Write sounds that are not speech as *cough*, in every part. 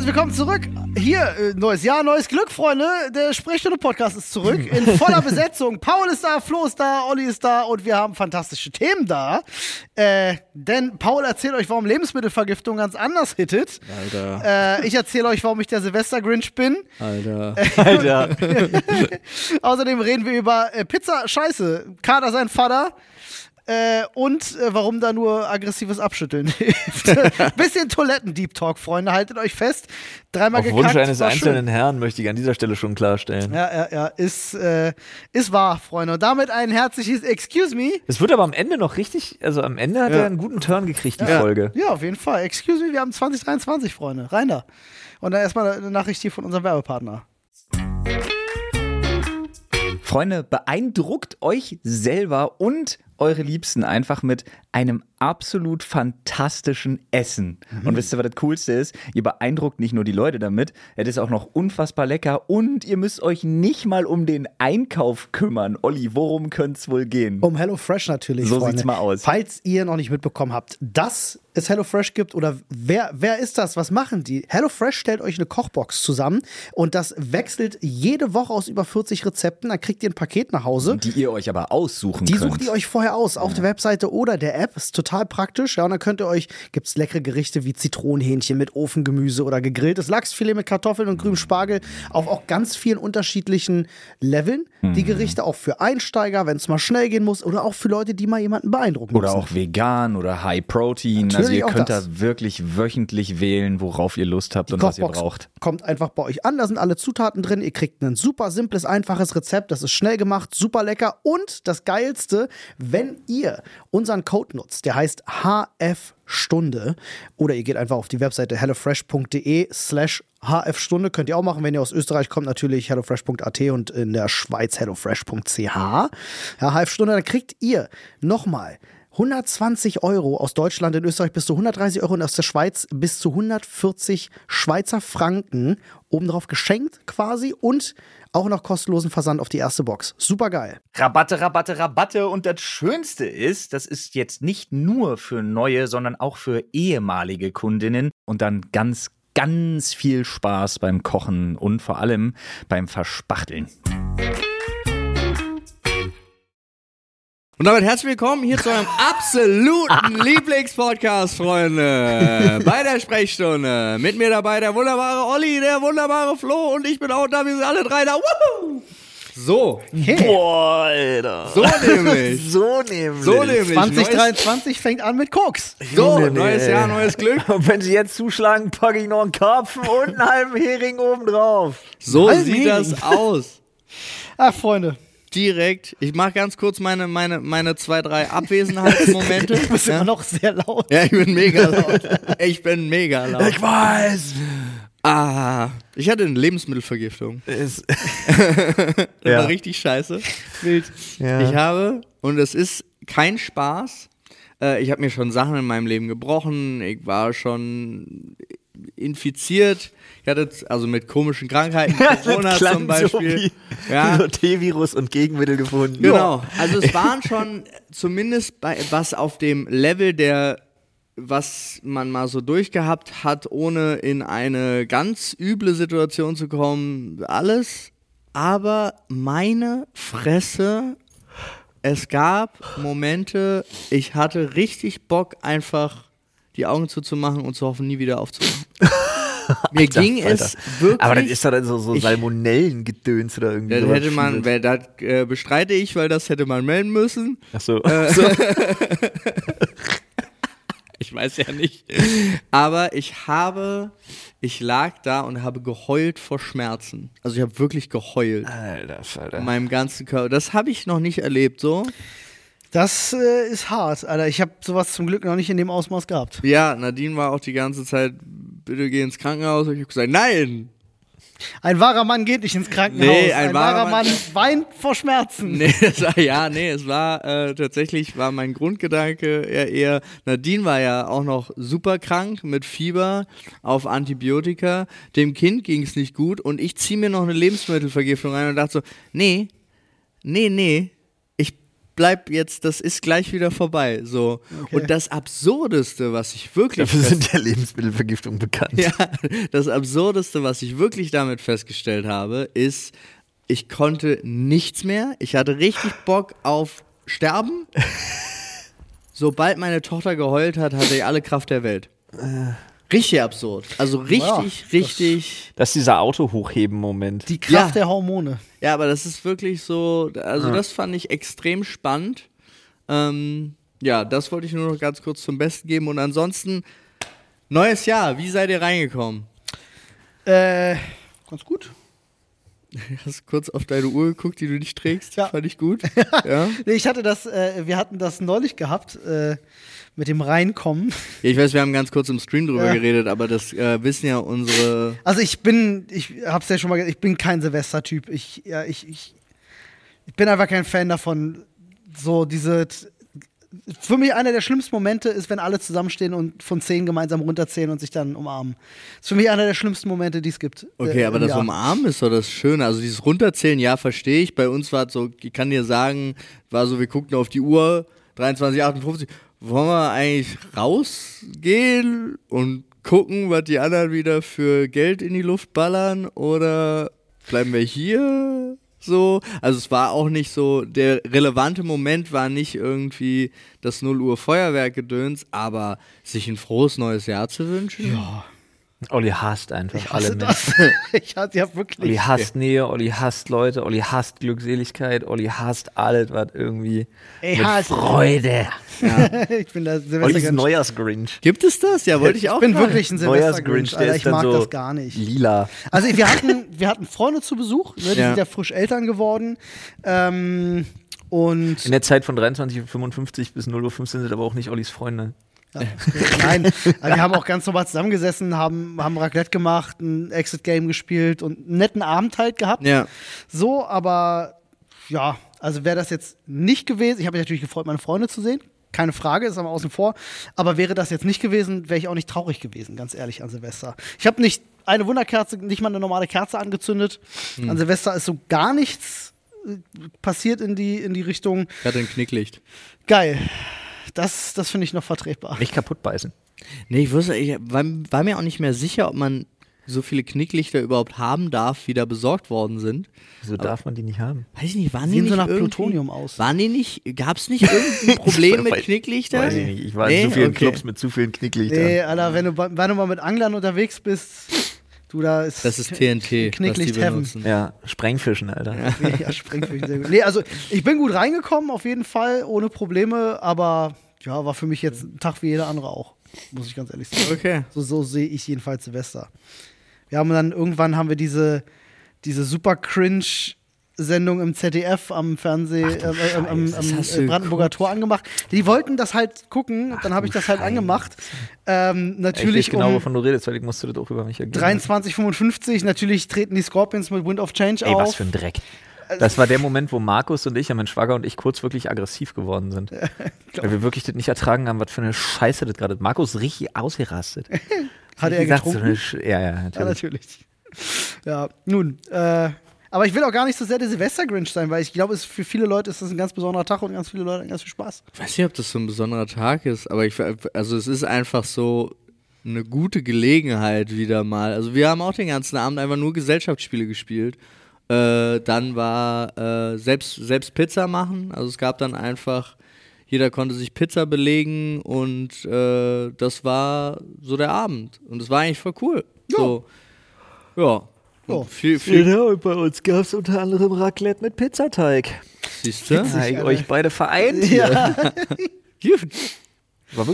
willkommen zurück. Hier, äh, neues Jahr, neues Glück, Freunde. Der Sprechstunde-Podcast ist zurück in *laughs* voller Besetzung. Paul ist da, Flo ist da, Olli ist da und wir haben fantastische Themen da. Äh, denn Paul erzählt euch, warum Lebensmittelvergiftung ganz anders hittet. Alter. Äh, ich erzähle euch, warum ich der Silvester-Grinch bin. Alter. *laughs* Alter. Außerdem reden wir über äh, Pizza Scheiße, Kader sein Vater äh, und äh, warum da nur aggressives Abschütteln *laughs* *laughs* hilft. Bisschen Toiletten-Deep Talk, Freunde, haltet euch fest. Dreimal Auf gekackt. Wunsch eines war schön. einzelnen Herrn möchte ich an dieser Stelle schon klarstellen. Ja, ja, ja, ist, äh, ist wahr, Freunde. Und damit ein herzliches Excuse me. Es wird aber am Ende noch richtig, also am Ende hat Ja. er einen guten Turn gekriegt, die Ja. Folge. Ja, auf jeden Fall. Excuse me, wir haben 2023, Freunde. Rein da. Und dann erstmal eine Nachricht hier von unserem Werbepartner. Freunde, beeindruckt euch selber und eure Liebsten einfach mit einem absolut fantastischen Essen. Mhm. Und wisst ihr, was das Coolste ist? Ihr beeindruckt nicht nur die Leute damit, es ist auch noch unfassbar lecker und ihr müsst euch nicht mal um den Einkauf kümmern. Olli, worum könnte es wohl gehen? Um HelloFresh natürlich. So Freunde. sieht's mal aus. Falls ihr noch nicht mitbekommen habt, dass es HelloFresh gibt oder wer, wer ist das? Was machen die? HelloFresh stellt euch eine Kochbox zusammen und das wechselt jede Woche aus über 40 Rezepten. Dann kriegt ihr ein Paket nach Hause. Die ihr euch aber aussuchen Die könnt. sucht ihr euch vorher aus, auf der Webseite oder der App. Ist total praktisch. Ja, und dann könnt ihr euch, gibt's leckere Gerichte wie Zitronenhähnchen mit Ofengemüse oder gegrilltes Lachsfilet mit Kartoffeln und grünem Spargel auf auch ganz vielen unterschiedlichen Leveln. Die Mhm. Gerichte auch für Einsteiger, wenn es mal schnell gehen muss oder auch für Leute, die mal jemanden beeindrucken Oder müssen. auch vegan oder High Protein. also Natürlich ihr auch könnt das. da wirklich wöchentlich wählen, worauf ihr Lust habt und was ihr Kochbox braucht. Kommt einfach bei euch an, da sind alle Zutaten drin. Ihr kriegt ein super simples, einfaches Rezept. Das ist schnell gemacht, super lecker. Und das Geilste, wenn ihr unseren Code nutzt, der heißt HF Stunde, oder ihr geht einfach auf die Webseite hellofresh.de slash HF Stunde. Könnt ihr auch machen, wenn ihr aus Österreich kommt, natürlich hellofresh.at und in der Schweiz hellofresh.ch. Ja, HF Stunde, dann kriegt ihr nochmal 120 Euro aus Deutschland, in Österreich bis zu 130 Euro und aus der Schweiz bis zu 140 Schweizer Franken obendrauf geschenkt quasi und auch noch kostenlosen Versand auf die erste Box. Super geil. Rabatte, Rabatte, Rabatte. Und das Schönste ist, das ist jetzt nicht nur für neue, sondern auch für ehemalige Kundinnen. Und dann ganz, ganz viel Spaß beim Kochen und vor allem beim Verspachteln. Und damit herzlich willkommen hier *laughs* zu eurem absoluten Lieblingspodcast, Freunde. Bei der Sprechstunde. Mit mir dabei der wunderbare Olli, der wunderbare Flo und ich bin auch da. Wir sind alle drei da. Woohoo! So, Boah, Alter. so nämlich. So nämlich. So nämlich. 2023 fängt an mit Koks. Neues, so, Junge, nee. neues Jahr, neues Glück. Und wenn sie jetzt zuschlagen, packe ich noch einen Karpfen und einen halben Hering obendrauf. So Alter. sieht das aus. Ach, Ah, *laughs* Freunde. Direkt. Ich mache ganz kurz meine, meine, meine zwei, *laughs* drei Abwesenheitsmomente. Du bist immer noch sehr laut. Ja, ich bin mega laut. Ich bin mega laut. weiß. Ah, ich hatte eine Lebensmittelvergiftung. *laughs* Ist, Das Ja. war richtig *laughs* scheiße. Wild. ja. Ich habe, und es ist kein Spaß, äh, ich habe mir schon Sachen in meinem Leben gebrochen, ich war schon infiziert, ich hatte z- also mit komischen Krankheiten, *laughs* Corona klang zum Beispiel. So wie *laughs* ja, so T-Virus und Gegenmittel gefunden. genau. Also es waren schon zumindest bei, was auf dem Level der was man mal so durchgehabt hat, ohne in eine ganz üble Situation zu kommen, alles. Aber meine Fresse, es gab Momente, ich hatte richtig Bock, einfach die Augen zuzumachen und zu hoffen, nie wieder aufzumachen. *laughs* Mir ging es wirklich. Aber dann ist da dann so, so Ich- Salmonellengedöns oder irgendwie. Das sowas hätte Schieses. man, wer- das äh, bestreite ich, weil das hätte man melden müssen. Ach so. Äh, Ich weiß ja nicht. *laughs* Aber ich habe, ich lag da und habe geheult vor Schmerzen. Also ich habe wirklich geheult. Alter, Alter. In meinem ganzen Körper. Das habe ich noch nicht erlebt, so. Das äh, ist hart, Alter. Ich habe sowas zum Glück noch nicht in dem Ausmaß gehabt. Ja, Nadine war auch die ganze Zeit, bitte geh ins Krankenhaus. Und ich habe gesagt, nein, Ein wahrer Mann geht nicht ins Krankenhaus. Nee, ein wahrer wahrer Mann, Mann- weint vor Schmerzen. *laughs* Nee, es war, ja, nee, es war äh, tatsächlich war mein Grundgedanke eher, eher, Nadine war ja auch noch super krank mit Fieber auf Antibiotika. Dem Kind ging es nicht gut und ich ziehe mir noch eine Lebensmittelvergiftung rein und dachte so, nee, nee, nee, ich bleib jetzt, das ist gleich wieder vorbei. So. Und das Absurdeste, was ich wirklich Dafür sind ja Lebensmittelvergiftung bekannt. *laughs* ja, das Absurdeste, was ich wirklich damit festgestellt habe, ist, ich konnte nichts mehr. Ich hatte richtig Bock auf Sterben. Sobald meine Tochter geheult hat, hatte ich alle Kraft der Welt. Richtig absurd. Also richtig, richtig. Das ist dieser Auto-Hochheben-Moment. Die Kraft Ja. der Hormone. Ja, aber das ist wirklich so. Also, das fand ich extrem spannend. Ähm, ja, das wollte ich nur noch ganz kurz zum Besten geben. Und ansonsten, neues Jahr. Wie seid ihr reingekommen? Äh, ganz gut. Hast kurz auf deine Uhr geguckt, die du nicht trägst? Ja. Fand ich *laughs* gut. ja. Nee, ich hatte das, äh, wir hatten das neulich gehabt äh, mit dem Reinkommen. Ich weiß, wir haben ganz kurz im Stream drüber Ja. geredet, aber das äh, wissen ja unsere. Also ich bin, ich hab's ja schon mal gesagt, ich bin kein Silvester-Typ. Ich, ja, ich, ich, ich bin einfach kein Fan davon. So diese, für mich einer der schlimmsten Momente ist, wenn alle zusammenstehen und von zehn gemeinsam runterzählen und sich dann umarmen. ist für mich einer der schlimmsten Momente, die es gibt. Okay, äh, aber im das Jahr. Umarmen ist doch das Schöne. Also dieses Runterzählen, ja, verstehe ich. Bei uns war es so, ich kann dir sagen, war so, wir guckten auf die Uhr, 23,58. Wollen wir eigentlich rausgehen und gucken, was die anderen wieder für Geld in die Luft ballern? Oder bleiben wir hier? So, also es war auch nicht so, der relevante Moment war nicht irgendwie das 0 Uhr Feuerwerkgedöns, aber sich ein frohes neues Jahr zu wünschen. Ja. Olli hasst einfach Ich alle hasse Menschen. das. *laughs* Ich hatte ja Oh wirklich. Olli hasst Nähe, Olli hasst Leute, Olli hasst Glückseligkeit, Olli hasst alles, was irgendwie Ey, mit hasst- Freude. ich bin da Olli ist Silvester ein Neujahrsgrinch. Gibt es das? Ja, wollte ich auch. Ich bin fragen. wirklich ein Silvester-Grinch, der Alter. ist Ich dann mag so das gar nicht. lila. Also wir hatten, wir hatten Freunde zu Besuch, ne? die Ja. sind ja frisch Eltern geworden. Ähm, und In der Zeit von 23.55 bis 0.15 Uhr sind aber auch nicht Ollis Freunde. ja, ist gut. nein, aber wir haben auch ganz normal zusammengesessen, haben, haben Raclette gemacht, ein Exit-Game gespielt und einen netten Abend halt gehabt. Ja. So, aber ja, also wäre das jetzt nicht gewesen, ich habe mich natürlich gefreut, meine Freunde zu sehen. Keine Frage, ist aber außen vor. Aber wäre das jetzt nicht gewesen, wäre ich auch nicht traurig gewesen, ganz ehrlich, an Silvester. Ich habe nicht eine Wunderkerze, nicht mal eine normale Kerze angezündet. Hm. An Silvester ist so gar nichts äh, passiert in die, in die Richtung. Ich hatte ein Knicklicht. Geil. Das, das finde ich noch vertretbar. Nicht kaputt beißen. Nee, ich wusste, ich war, war mir auch nicht mehr sicher, ob man so viele Knicklichter überhaupt haben darf, wie da besorgt worden sind. Wieso darf man die nicht haben? Weiß ich nicht, waren Sehen die so nicht nach irgendwie- Plutonium aus. Waren die nicht, gab es *laughs* nicht irgendein Problem mit Weiß- Knicklichtern? Weiß ich nicht. Ich war in so vielen Clubs mit zu vielen Knicklichtern. Nee, Alter, wenn du, bei- wenn du mal mit Anglern unterwegs bist, du da ist. *laughs* Das ist TNT, was die Knicklicht Heaven. benutzen. Ja, Sprengfischen, Alter. *laughs* ja, Springfisch, sehr gut. Nee, also ich bin gut reingekommen, auf jeden Fall, ohne Probleme, aber ja, war für mich jetzt ein Tag wie jeder andere auch, muss ich ganz ehrlich sagen. Okay. So, so sehe ich jedenfalls Silvester. Wir haben dann irgendwann haben wir diese, diese super cringe Sendung im ZDF am Fernsehen, äh, äh, am, am, Scheiße, das hast am du Brandenburger Tor angemacht. Die wollten das halt gucken, dann habe ich das halt angemacht. Ähm, natürlich ich weiß genau, um wovon du redest, weil ich musste das auch über mich ergeben. 23:55 natürlich treten die Scorpions mit Wind of Change Ey, auf. Also was für ein Dreck. Das war der Moment, wo Markus und ich, ja, mein Schwager und ich, kurz wirklich aggressiv *laughs* geworden sind. weil wir wirklich das nicht ertragen haben, was für eine Scheiße das gerade ist. Markus ist richtig ausgerastet. Hat er Wie gesagt, getrunken? So eine Sch- ja, ja, Ja, natürlich. natürlich. Ja, nun, äh, aber ich will auch gar nicht so sehr der Silvester-Grinch sein, weil ich glaube, es- für viele Leute ist das ein ganz besonderer Tag und ganz viele Leute haben ganz viel Spaß. Ich weiß nicht, ob das so ein besonderer Tag ist, aber ich, also es ist einfach so eine gute Gelegenheit wieder mal. Also wir haben auch den ganzen Abend einfach nur Gesellschaftsspiele gespielt. Äh, dann war äh, selbst, selbst Pizza machen. Also es gab dann einfach, jeder konnte sich Pizza belegen und äh, das war so der Abend. Und es war eigentlich voll cool. Ja. So, ja. Ja. Und Viel, viel, und Genau, bei uns gab es unter anderem Raclette mit Pizzateig. siehst du? Ja, ich euch beide vereint. *laughs* War wirklich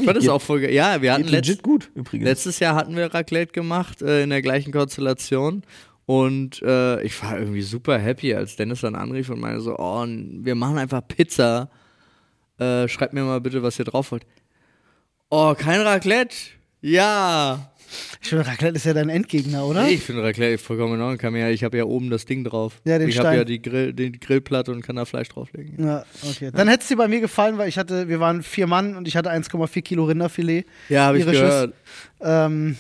Ich fand das auch voll ge- Ja, wir hatten geht letztes legit gut übrigens. Letztes Jahr hatten wir Raclette gemacht äh, in der gleichen Konstellation. Und äh, ich war irgendwie super happy, als Dennis dann anrief und meinte so, oh, n- wir machen einfach Pizza. Äh, schreibt mir mal bitte, was ihr drauf wollt. Oh, kein Raclette? Ja. Ich finde, Raclette ist ja dein Endgegner, oder? Ich finde Raclette vollkommen in Ordnung. Kann mir ja, ich habe ja oben das Ding drauf. Ja, den ich habe Stein. ja die, Grill, die Grillplatte und kann da Fleisch drauflegen. Ja, okay. Dann hätte es dir bei mir gefallen, weil ich hatte, wir waren vier Mann und ich hatte 1,4 Kilo Rinderfilet. Ja, habe ich Irisches. gehört. Ähm,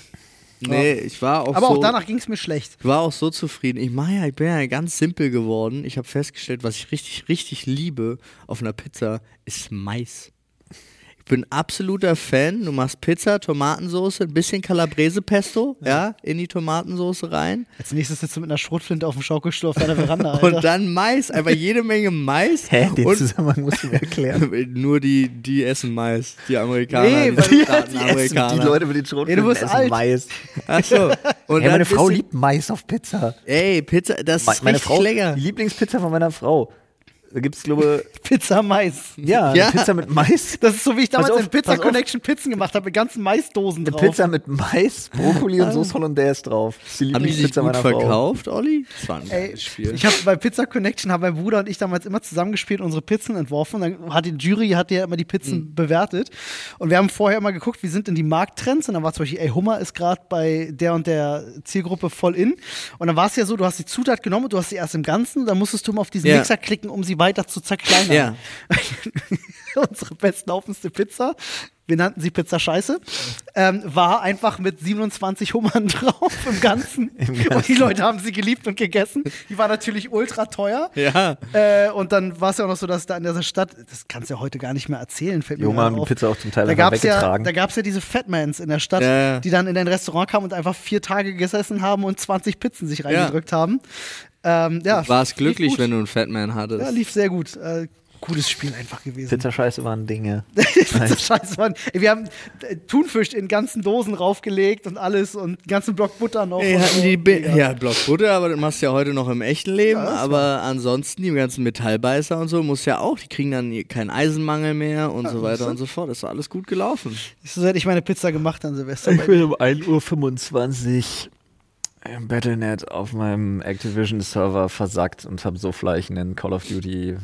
Nee, ich war auch Aber so. auch danach ging es mir schlecht. Ich war auch so zufrieden. Ich mache ja, ich bin ja ganz simpel geworden. Ich habe festgestellt, was ich richtig, richtig liebe auf einer Pizza, ist Mais. Ich bin absoluter Fan. Du machst Pizza, Tomatensauce, ein bisschen Calabrese-Pesto, ja. in die Tomatensauce rein. Als nächstes sitzt du mit einer Schrotflinte auf dem Schaukelstuhl auf deiner *laughs* Veranda. Alter. Und dann Mais, einfach jede Menge Mais. Hä, den und Zusammenhang musst du mir erklären. *laughs* nur die, die essen Mais, die Amerikaner. Nee, die weil- *laughs* Staaten- Die Amerikaner. Leute mit den Schrotflinten Ja, du bist essen alt. Mais. *laughs* Ach so. Und Hey, meine dann Frau bisschen- liebt Mais auf Pizza. Ey, Pizza, das Me- ist meine richtig Frau, lecker. die Lieblingspizza von meiner Frau. Da gibt es, glaube Pizza Mais. ich, ja, Ja. Eine Pizza mit Mais. Das ist so, wie ich damals Pass auf, in Pizza pass auf. Connection Pizzen gemacht habe, mit ganzen Maisdosen Eine drauf. Pizza mit Mais, Brokkoli und Soße Hollandaise drauf. Das ist Ah. die Haben die sich Lieblingspizza gut meiner Frau. verkauft, Olli? Das war ein Ey, geiles Spiel. ich habe bei Pizza Connection haben mein Bruder und ich damals immer zusammengespielt, und unsere Pizzen entworfen. Dann hat die Jury hat ja immer die Pizzen bewertet und wir haben vorher immer geguckt, wie sind denn die Markttrends und dann war zum Beispiel, ey Hummer ist gerade bei der und der Zielgruppe voll in und dann war es ja so, du hast die Zutat genommen, du hast sie erst im Ganzen, dann musstest du mal auf diesen Ja. Mixer klicken, um sie weiter zu zerkleinern. Ja. *laughs* unsere bestlaufendste Pizza, wir nannten sie Pizza Scheiße, ähm, war einfach mit 27 Hummern *laughs* drauf im Ganzen. Und die Leute haben sie geliebt und gegessen. Die war natürlich ultra teuer. Ja. Äh, und dann war es ja auch noch so, dass da in dieser Stadt, das kannst du ja heute gar nicht mehr erzählen, fällt mir Die Hummer gerade haben die auf. Pizza auch zum Teil da einfach gab's ja, weggetragen. Da gab es ja diese Fatmans in der Stadt, Ja, ja. die dann in ein Restaurant kamen und einfach vier Tage gesessen haben und 20 Pizzen sich reingedrückt haben. Ähm, ja, War es lief glücklich, gut. wenn du einen Fatman hattest? Ja, lief sehr gut. Äh, gutes Spiel einfach gewesen. Pizzascheiße waren Dinge. *laughs* Pizza Scheiß, Mann. Ey, Wir haben äh, Thunfisch in ganzen Dosen raufgelegt und alles und einen ganzen Block Butter noch. Ey, und hatten so. die Bi- Mega. ja, Block Butter, aber das machst du ja heute noch im echten Leben. Ja, das aber ansonsten, die ganzen Metallbeißer und so, muss ja auch, die kriegen dann keinen Eisenmangel mehr und so weiter und so fort. Das ist alles gut gelaufen. So hätte ich meine Pizza gemacht an Silvester. Ich bin um 1.25 Uhr im Battlenet auf meinem Activision-Server versackt und habe so vielleicht einen Call of Duty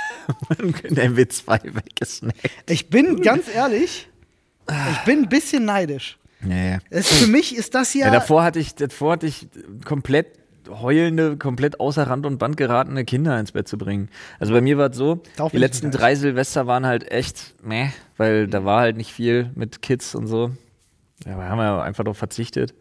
*laughs* in MW2 weggesnackt. Ich bin ganz ehrlich, ich bin ein bisschen neidisch. Nee. Es, für mich ist das Ja, ja. davor hatte ich, davor hatte ich komplett heulende, komplett außer Rand und Band geratene Kinder ins Bett zu bringen. Also bei mir war es so, Darauf die bin ich letzten neidisch. drei Silvester waren halt echt meh, weil da war halt nicht viel mit Kids und so. Ja, wir haben ja einfach drauf verzichtet.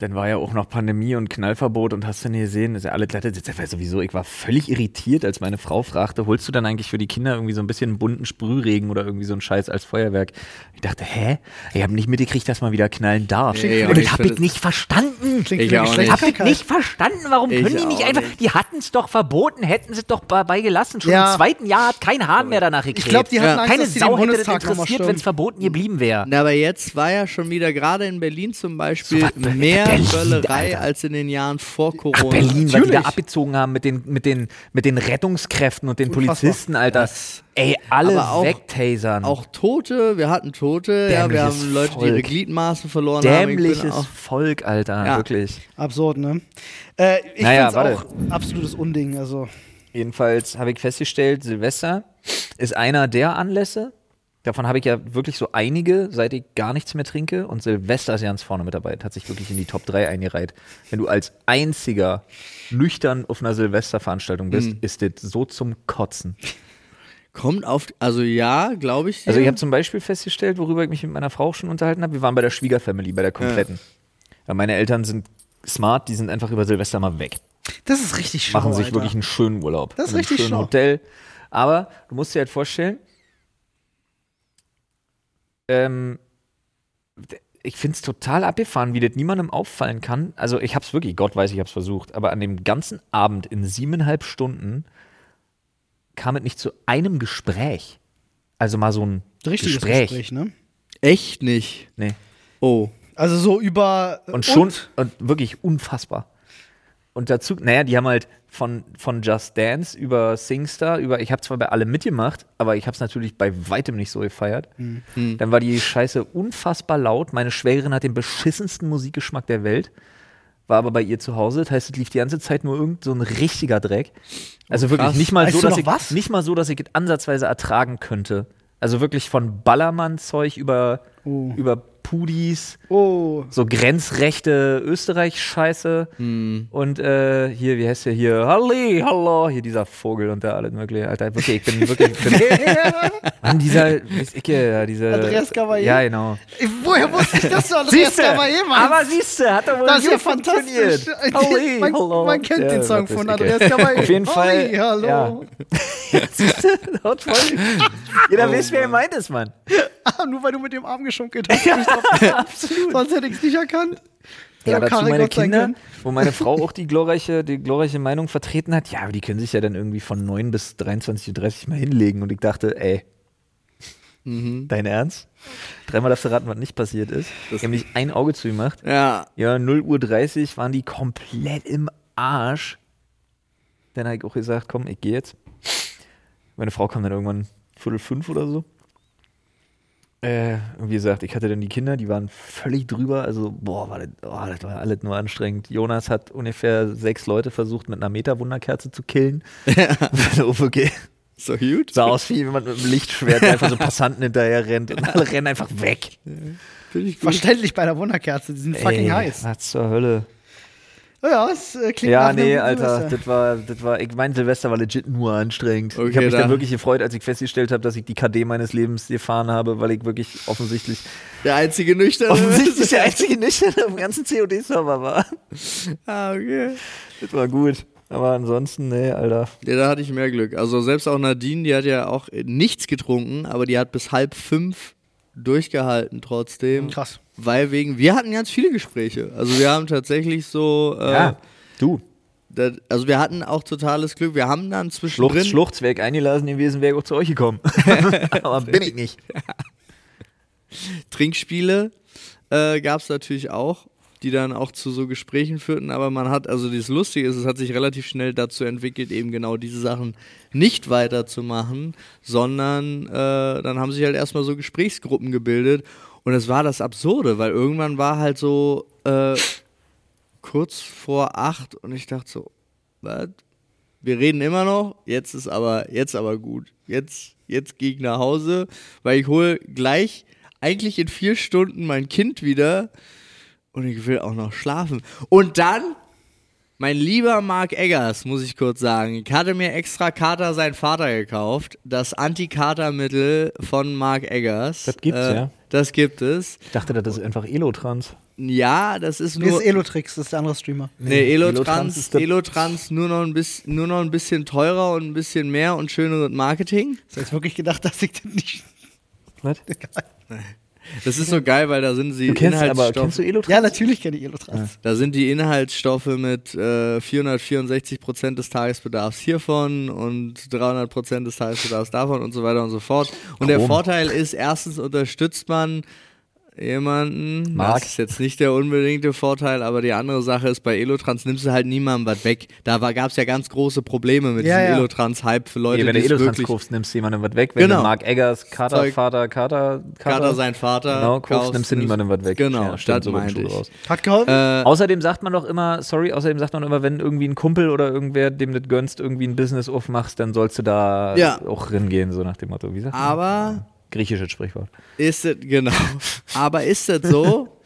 Dann war ja auch noch Pandemie und Knallverbot und hast du nie gesehen, ist ja alle glatt. Das war sowieso, Also ich war völlig irritiert, als meine Frau fragte, holst du dann eigentlich für die Kinder irgendwie so ein bisschen einen bunten Sprühregen oder irgendwie so einen Scheiß als Feuerwerk? Ich dachte, hä? Ich habe nicht mitgekriegt, dass man wieder knallen darf. Nee, und aber ich das habe find ich das- nicht verstanden. Klingt Ich wie eine auch Hab ich Geschlechtskrankheit. nicht verstanden, warum Ich können die nicht auch einfach, nicht. die hatten es doch verboten, hätten sie es doch dabei gelassen. Schon Ja. im zweiten Jahr hat kein Hahn mehr danach gekriegt. Ich glaube, die hatten Ja. Angst, Keine dass die den Sau hätte das Bundestag nochmal interessiert, wenn stürmen. es verboten geblieben wäre. Na, aber jetzt war ja schon wieder, gerade in Berlin zum Beispiel, was Be- mehr Berlin, Böllerei Alter. als in den Jahren vor Ach, Corona. Berlin, weil die da Natürlich. abgezogen haben mit den, mit den, mit den Rettungskräften und den Polizisten, Alter. Das- Ey, alle Aber auch- wegtasern. Auch Tote, wir hatten Tote, ja, wir Dämliches haben Leute, die ihre Volk. Gliedmaßen verloren haben. Ich bin dämliches auch- Volk, Alter. genau. Ja. Wirklich. Absurd, ne? Äh, ich Naja, find's auch absolutes Unding. Also. Jedenfalls habe ich festgestellt, Silvester ist einer der Anlässe. Davon habe ich ja wirklich so einige, seit ich gar nichts mehr trinke. Und Silvester ist ganz vorne mit dabei. Hat sich wirklich in die Top 3 eingereiht. Wenn du als einziger nüchtern auf einer Silvesterveranstaltung bist, Mhm. ist das so zum Kotzen. Kommt auf, also ja, glaube ich. dir. Also ich habe zum Beispiel festgestellt, worüber ich mich mit meiner Frau auch schon unterhalten habe, wir waren bei der Schwiegerfamily, bei der kompletten. Weil meine Eltern sind smart, die sind einfach über Silvester mal weg. Das ist richtig schlau. Machen sich Alter. wirklich einen schönen Urlaub. Das ist In einem richtig schönen schlau. Hotel. Aber du musst dir halt vorstellen, ähm, d- ich finde es total abgefahren, wie das niemandem auffallen kann. Also ich habe es wirklich, Gott weiß, ich habe es versucht, aber an dem ganzen Abend in siebeneinhalb Stunden kam es nicht zu einem Gespräch. Also mal so ein richtiges Gespräch. Gespräch. ne? Echt nicht. Nee. Oh. Also so über. Und schon, und? wirklich unfassbar. Und dazu, naja, die haben halt von, von Just Dance über Singstar, über, ich habe zwar bei allem mitgemacht, aber ich habe es natürlich bei weitem nicht so gefeiert. Hm. Dann war die Scheiße unfassbar laut. Meine Schwägerin hat den beschissensten Musikgeschmack der Welt, war aber bei ihr zu Hause. Das heißt, es lief die ganze Zeit nur irgend so ein richtiger Dreck. Also wirklich krass. nicht mal, Weißt so, du dass noch ich, was? nicht mal so, dass ich es ansatzweise ertragen könnte. Also wirklich von Ballermann-Zeug über, über Pudis, Oh. so grenzrechte Österreich-Scheiße. Hm. Und äh, hier, wie heißt der hier? Halli, hallo, hier dieser Vogel und da alles mögliche. Alter, wirklich, ich bin wirklich. *laughs* Ich bin, Mann, dieser, weiß ich, ja, dieser. Andreas Cavalier? Ja, genau. Woher wusste ich, dass du Andreas Cavalier meinst? aber siehste, hat er wohl das ist ja gut fantastisch. funktioniert. Halli, *laughs* man, hallo. man kennt Ja, den Song das ist von okay. Andreas Cavalier. Auf jeden Fall, Halli, hallo. ja. Siehste, *laughs* haut voll. Oh, Jeder weiß, wer er meint ist, Mann. *laughs* Ah, nur weil du mit dem Arm geschunkelt hast. *laughs* Absolut. Sonst hätte ich es nicht erkannt. Ja, Oder dazu Karel meine Gott sei Kinder, Dank. wo meine Frau auch die glorreiche, die glorreiche Meinung vertreten hat, ja, aber die können sich ja dann irgendwie von 9 bis 23.30 Uhr mal hinlegen. Und ich dachte, ey, Mhm. dein Ernst? Dreimal darfst du raten, was nicht passiert ist. Ich habe nicht ein Auge zu gemacht. Ja, Ja, 0.30 Uhr waren die komplett im Arsch. Dann habe ich auch gesagt, komm, ich gehe jetzt. Meine Frau kam dann irgendwann Viertel fünf oder so. Äh, und wie gesagt, ich hatte dann die Kinder, die waren völlig drüber. Also, boah, war das, oh, das war alles nur anstrengend. Jonas hat ungefähr sechs Leute versucht, mit einer Meterwunderkerze zu killen. *laughs* Ja. okay. so gut. Sah *laughs* aus wie jemand mit einem Lichtschwert, der einfach so Passanten hinterher rennt und alle rennen einfach weg. Finde ich gut. Verständlich bei der Wunderkerze, die sind fucking Ey, heiß. Was zur Hölle. Ja, es äh, klingt nach Ja, einem nee, guten Alter, Semester. das war, das war, ich mein Silvester war legit nur anstrengend. Okay, ich habe mich da- dann wirklich gefreut, als ich festgestellt habe, dass ich die KD meines Lebens gefahren habe, weil ich wirklich *laughs* offensichtlich, Der einzige Nüchterne. offensichtlich der einzige Nüchterne am ganzen COD-Server war. *laughs* ah, okay. Das war gut. Aber ansonsten, nee, Alter. Ja, da hatte ich mehr Glück. Also selbst auch Nadine, die hat ja auch äh, nichts getrunken, aber die hat bis halb fünf durchgehalten trotzdem. Krass. Weil wegen, wir hatten ganz viele Gespräche. Also wir haben tatsächlich so, äh, du. das, also wir hatten auch totales Glück. Wir haben dann zwischendrin, Schluchz, Schluchz, wäre ich eingelassen gewesen, wäre ich auch zu euch *laughs* gekommen. Aber bin ich nicht. Trinkspiele äh, gab es natürlich auch, die dann auch zu so Gesprächen führten. Aber man hat, also das Lustige ist, es hat sich relativ schnell dazu entwickelt, eben genau diese Sachen nicht weiterzumachen, sondern äh, dann haben sich halt erstmal so Gesprächsgruppen gebildet. Und es war das Absurde, weil irgendwann war halt so äh, kurz vor acht und ich dachte so, was? wir reden immer noch, jetzt ist aber, jetzt aber gut. Jetzt, jetzt gehe ich nach Hause, weil ich hole gleich, eigentlich in vier Stunden mein Kind wieder und ich will auch noch schlafen. Und dann, mein lieber Mark Eggers, muss ich kurz sagen, ich hatte mir extra Kater sein Vater gekauft, das Antikatermittel von Mark Eggers. Äh, Das gibt's, ja. Das gibt es. Ich dachte, das ist einfach Elotrans. Ja, das ist Nee, nur. ist Elotrix, das ist der andere Streamer. Nee, Elotrans Elotrans, ist das- Elotrans nur, noch ein bisschen, nur noch ein bisschen teurer und ein bisschen mehr und schöneres Marketing. Hast du jetzt wirklich gedacht, dass ich den nicht. Was? Das ist so geil, weil da sind sie Du kennst aber, Inhaltsstoffe. kennst du Elotrans? Ja, natürlich kenne ich Elotrans. da sind die Inhaltsstoffe mit äh, 464 Prozent des Tagesbedarfs hiervon und 300 Prozent des Tagesbedarfs davon und so weiter und so fort. Und der Warum? Vorteil ist, erstens unterstützt man jemanden. Mark. Das ist jetzt nicht der unbedingte Vorteil, aber die andere Sache ist, bei Elotrans nimmst du halt niemandem was weg. Da gab es ja ganz große Probleme mit Ja, diesem ja. Elotrans-Hype für Leute, Nee, wenn die du es Elotrans wirklich... kaufst, nimmst du jemandem was weg. Wenn Genau. du Mark Eggers, Kater, Zeug- Vater, Kater, Kater sein Vater. Genau, kaufst, kaufst, nimmst du niemandem was weg. Äh, Genau, ja, das stimmt, so meinte ich. Äh, raus. Hat geholfen? Außerdem sagt man doch immer, sorry, außerdem sagt man immer, wenn irgendwie ein Kumpel oder irgendwer, dem das gönnst, irgendwie ein Business aufmachst, dann sollst du da Ja. Ah. auch ringehen, so nach dem Motto. Wie sagt man? Aber Griechisches Sprichwort. Ist das, genau. Aber ist das so?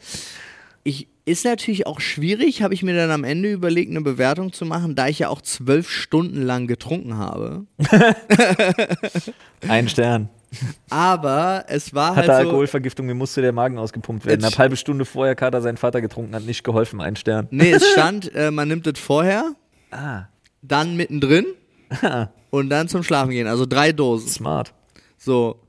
Ich, ist natürlich auch schwierig, habe ich mir dann am Ende überlegt, eine Bewertung zu machen, da ich ja auch zwölf Stunden lang getrunken habe. Ein Stern. Aber es war Hatte halt so. Alkoholvergiftung, mir musste der Magen ausgepumpt werden. Jetzt- Eine halbe Stunde vorher Kater seinen Vater getrunken hat, nicht geholfen, ein Stern. Nee, es stand, äh, man nimmt das vorher, Ah, dann mittendrin und dann zum Schlafen gehen. Also drei Dosen. smart. So.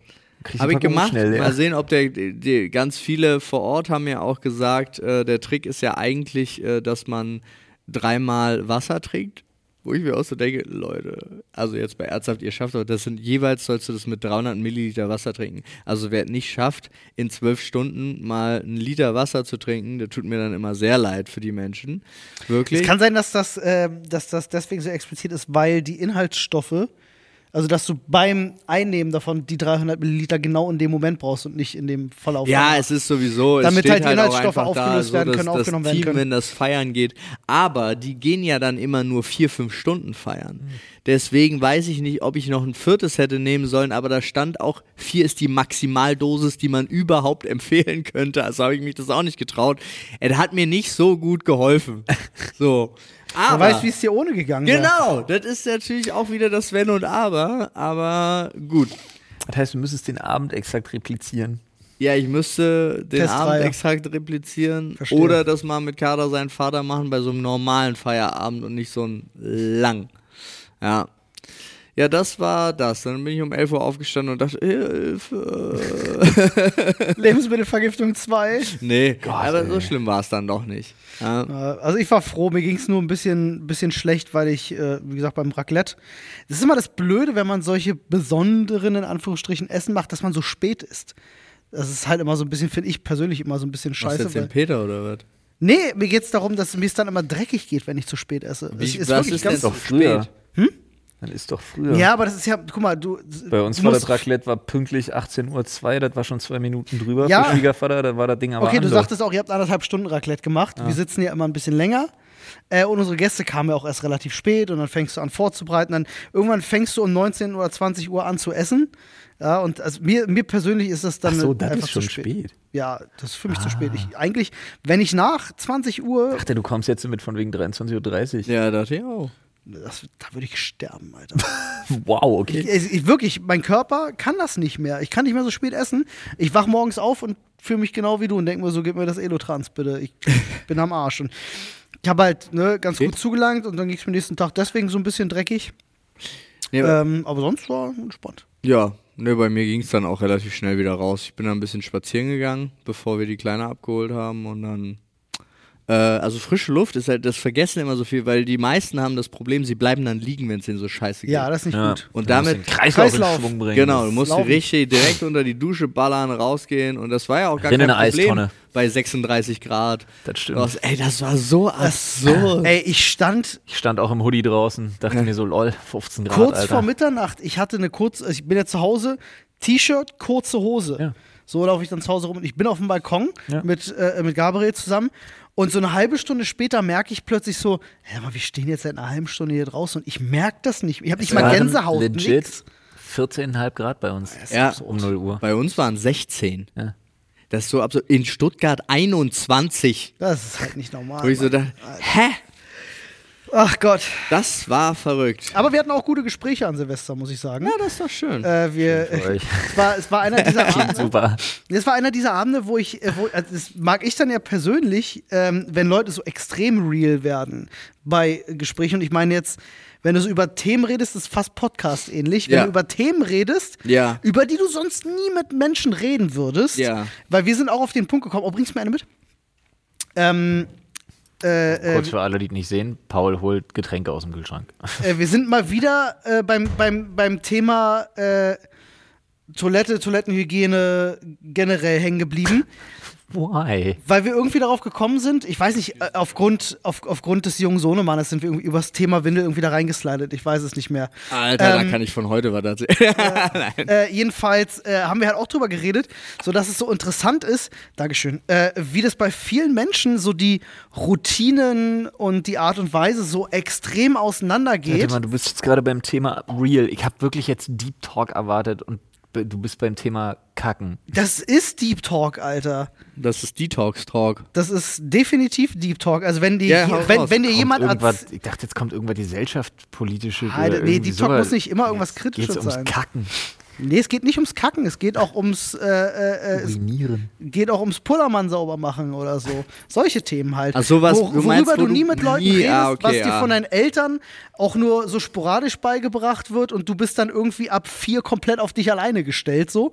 Kriegst Habe die ich Packung gemacht. Schnell, Mal ja. sehen, ob der die, ganz viele vor Ort haben ja auch gesagt, äh, der Trick ist ja eigentlich, äh, dass man dreimal Wasser trinkt. Wo ich mir auch so denke, Leute, also jetzt bei Ernsthaft, ihr schafft aber das sind jeweils sollst du das mit 300 Milliliter Wasser trinken. Also wer es nicht schafft, in zwölf Stunden mal einen Liter Wasser zu trinken, der tut mir dann immer sehr leid für die Menschen. Wirklich. Es kann sein, dass das, ähm, dass das deswegen so explizit ist, weil die Inhaltsstoffe, Also, dass du beim Einnehmen davon die 300 Milliliter genau in dem Moment brauchst und nicht in dem Verlauf. Ja, danach. es ist sowieso. es Damit steht halt die auch Inhaltsstoffe einfach aufgelöst werden dass können, das aufgenommen werden Team, können. wenn das feiern geht. Aber die gehen ja dann immer nur vier, fünf Stunden feiern. Hm. Deswegen weiß ich nicht, ob ich noch ein viertes hätte nehmen sollen, aber da stand auch, vier ist die Maximaldosis, die man überhaupt *laughs* empfehlen könnte. Also habe ich mich das auch nicht getraut. Es hat mir nicht so *laughs* gut geholfen. So. Wer Aber weiß, wie es dir ohne gegangen wäre. Genau, das ist natürlich auch wieder das Wenn und Aber, aber gut. Das heißt, du müsstest den Abend exakt replizieren. Ja, ich müsste den Testreihe. Abend exakt replizieren Verstehe. oder das mal mit Kader seinen Vater machen bei so einem normalen Feierabend und nicht so einem lang. Ja. Ja, das war das. Dann bin ich um 11 Uhr aufgestanden und dachte, Hilfe. *laughs* Lebensmittelvergiftung 2. Nee, aber ey. so schlimm war es dann doch nicht. Ja. Äh, Also ich war froh, mir ging es nur ein bisschen, bisschen schlecht, weil ich, äh, wie gesagt, beim Raclette. Das ist immer das Blöde, wenn man solche besonderen, in Anführungsstrichen, Essen macht, dass man so spät ist. Das ist halt immer so ein bisschen, finde ich persönlich immer so ein bisschen Was scheiße. jetzt den Weil, Peter oder was? nee, mir geht es darum, dass mir es dann immer dreckig geht, wenn ich zu spät esse. Wie- Es was wirklich ist ganz- denn so spät? Hm? Dann ist doch früher. Ja, aber das ist ja, guck mal, du. Bei uns du war musst- das Raclette war pünklich 18.02 Uhr, das war schon zwei Minuten drüber Ja. für Schwiegervater, da war das Ding aber Okay, du anders. sagtest auch, ihr habt anderthalb Stunden Raclette gemacht. Wir sitzen ja immer ein bisschen länger. Äh, und unsere Gäste kamen ja auch erst relativ spät und dann fängst du an vorzubereiten. Dann irgendwann fängst du um 19 oder 20 Uhr an zu essen. Ja, und also mir, mir persönlich ist das dann Ach so, das einfach ist schon zu spät. spät. Ah. Ja, das ist für mich zu spät. Ich, eigentlich, wenn ich nach 20 Uhr, Dachte, du kommst jetzt mit von wegen 23.30 Uhr. Ja, dachte ich auch. das, da würde ich sterben, Alter. *laughs* Wow, Ich, okay. ich, wirklich, mein Körper kann das nicht mehr. Ich kann nicht mehr so spät essen. Ich wach morgens auf und fühle mich genau wie du und denke mir so, gib mir das Elotrans bitte. *laughs* Ich bin am Arsch. Und ich habe halt ne, ganz gut zugelangt und dann ging es mir nächsten Tag deswegen so ein bisschen dreckig. Nee, Ähm, aber sonst war entspannt. Ja, ne, bei mir ging es dann auch relativ schnell wieder raus. Ich bin dann ein bisschen spazieren gegangen, bevor wir die Kleine abgeholt haben und dann. Äh, also frische Luft ist halt, das vergessen immer so viel, weil die meisten haben das Problem, sie bleiben dann liegen, wenn es ihnen so scheiße geht. Ja, das ist nicht Ja. gut. und Du musst damit. den Kreislauf, Kreislauf. in Schwung bringen. Genau, du musst Laufen. richtig direkt unter die Dusche ballern, rausgehen und das war ja auch gar Renn in kein eine Problem Eistonne. bei 36 Grad. Das stimmt. Raus- ey, das war so absurd. Ey, ich stand Ich stand auch im Hoodie draußen, dachte mir so, lol, 15 Grad, kurz Alter. vor Mitternacht, ich hatte eine kurze, ich bin ja zu Hause, T-Shirt, kurze Hose. Ja. So laufe ich dann zu Hause rum und ich bin auf dem Balkon Ja. mit, äh, mit Gabriel zusammen. Und so eine halbe Stunde später merke ich plötzlich so, hä, aber wir stehen jetzt seit einer halben Stunde hier draußen und ich merke das nicht. Ich habe nicht mal Waren Gänsehaut. Legit nix. 14,5 Grad bei uns. Ja. Um 0 Uhr. Bei uns waren 16. Ja. Das ist so absurd. In Stuttgart 21. Das ist halt nicht normal. Wo ich so Mann. dachte, hä? Ach Gott. Das war verrückt. Aber wir hatten auch gute Gespräche an Silvester, muss ich sagen. das ist doch schön. Äh, wir, für euch. es, war, es war einer *laughs* dieser Abende, Super. Das war einer dieser Abende, wo ich, äh, wo, also das mag ich dann ja persönlich, ähm, wenn Leute so extrem real werden bei äh, Gesprächen. Und ich meine jetzt, wenn du so über Themen redest, ist fast Podcast ähnlich. Wenn Ja. du über Themen redest, Ja. über die du sonst nie mit Menschen reden würdest, Ja. weil wir sind auch auf den Punkt gekommen. Oh, bringst du mir eine mit? Ähm, äh, äh, Kurz für alle, die es nicht sehen, Paul holt Getränke aus dem Kühlschrank. *laughs* äh, wir sind mal wieder äh, beim, beim, beim Thema äh, Toilette, Toilettenhygiene generell hängen geblieben. Why? Weil wir irgendwie darauf gekommen sind, ich weiß nicht, äh, aufgrund, auf, aufgrund des jungen Sohnemannes sind wir irgendwie übers Thema Windel irgendwie da reingeslidet. Ich weiß es nicht mehr. Alter, ähm, da kann ich von heute was erzählen. *laughs* Äh, jedenfalls äh, haben wir halt auch drüber geredet, sodass es so interessant ist, Dankeschön, äh, wie das bei vielen Menschen so die Routinen und die Art und Weise so extrem auseinandergeht. Warte mal, du bist jetzt gerade beim Thema Real. Ich habe wirklich jetzt Deep Talk erwartet und be- du bist beim Thema Kacken. Das ist Deep Talk, Alter. Das ist Detox Talk. Das ist definitiv Deep Talk. Also wenn dir, Ja, hau wenn, raus. wenn dir Kommt äh, jemand irgendwas, ich dachte, jetzt kommt irgendwas gesellschaftspolitische. Alter, oder nee, irgendwie Deep Talk sowas. muss nicht immer irgendwas Jetzt Kritisches geht's ums sein. Kacken, Nee, es geht nicht ums Kacken, es geht auch ums äh, äh, äh, Urinieren. geht auch ums Pullermann sauber machen oder so. Solche Themen halt. Ach, sowas, Wo, du worüber meinst, wo du du nie mit Leuten nie- redest, ah, okay, was dir ja. von deinen Eltern auch nur so sporadisch beigebracht wird und du bist dann irgendwie ab vier komplett auf dich alleine gestellt so.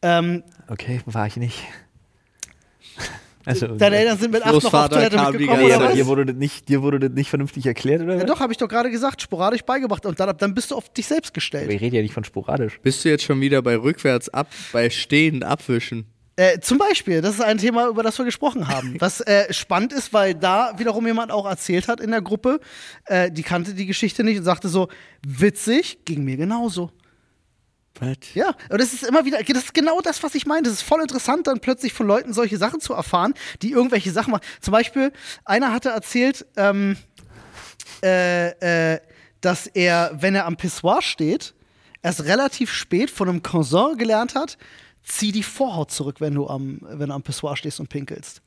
Ähm, Okay, war ich nicht. *laughs* Also, deine Eltern sind mit acht noch auf Großvater Toilette kam die mitgekommen ganze oder aber was? Zeit. dir wurde, das nicht, dir wurde das nicht vernünftig erklärt, oder? Ja, doch, habe ich doch gerade gesagt, sporadisch beigebracht und dann, dann bist du auf dich selbst Aber gestellt. ich rede ja nicht von sporadisch. Bist du jetzt schon wieder bei rückwärts ab, bei stehend abwischen? Äh, zum Beispiel, das ist ein Thema, über das wir gesprochen haben. Was äh, spannend ist, weil da wiederum jemand auch erzählt hat in der Gruppe, äh, die kannte die Geschichte nicht und sagte so, witzig, ging mir genauso. Was? Ja, und das ist immer wieder, das ist genau das, was ich meine. Das ist voll interessant, dann plötzlich von Leuten solche Sachen zu erfahren, die irgendwelche Sachen machen. Zum Beispiel, einer hatte erzählt, ähm, äh, äh, dass er, wenn er am Pissoir steht, erst relativ spät von einem Cousin gelernt hat, zieh die Vorhaut zurück, wenn du am, wenn du am Pissoir stehst und pinkelst.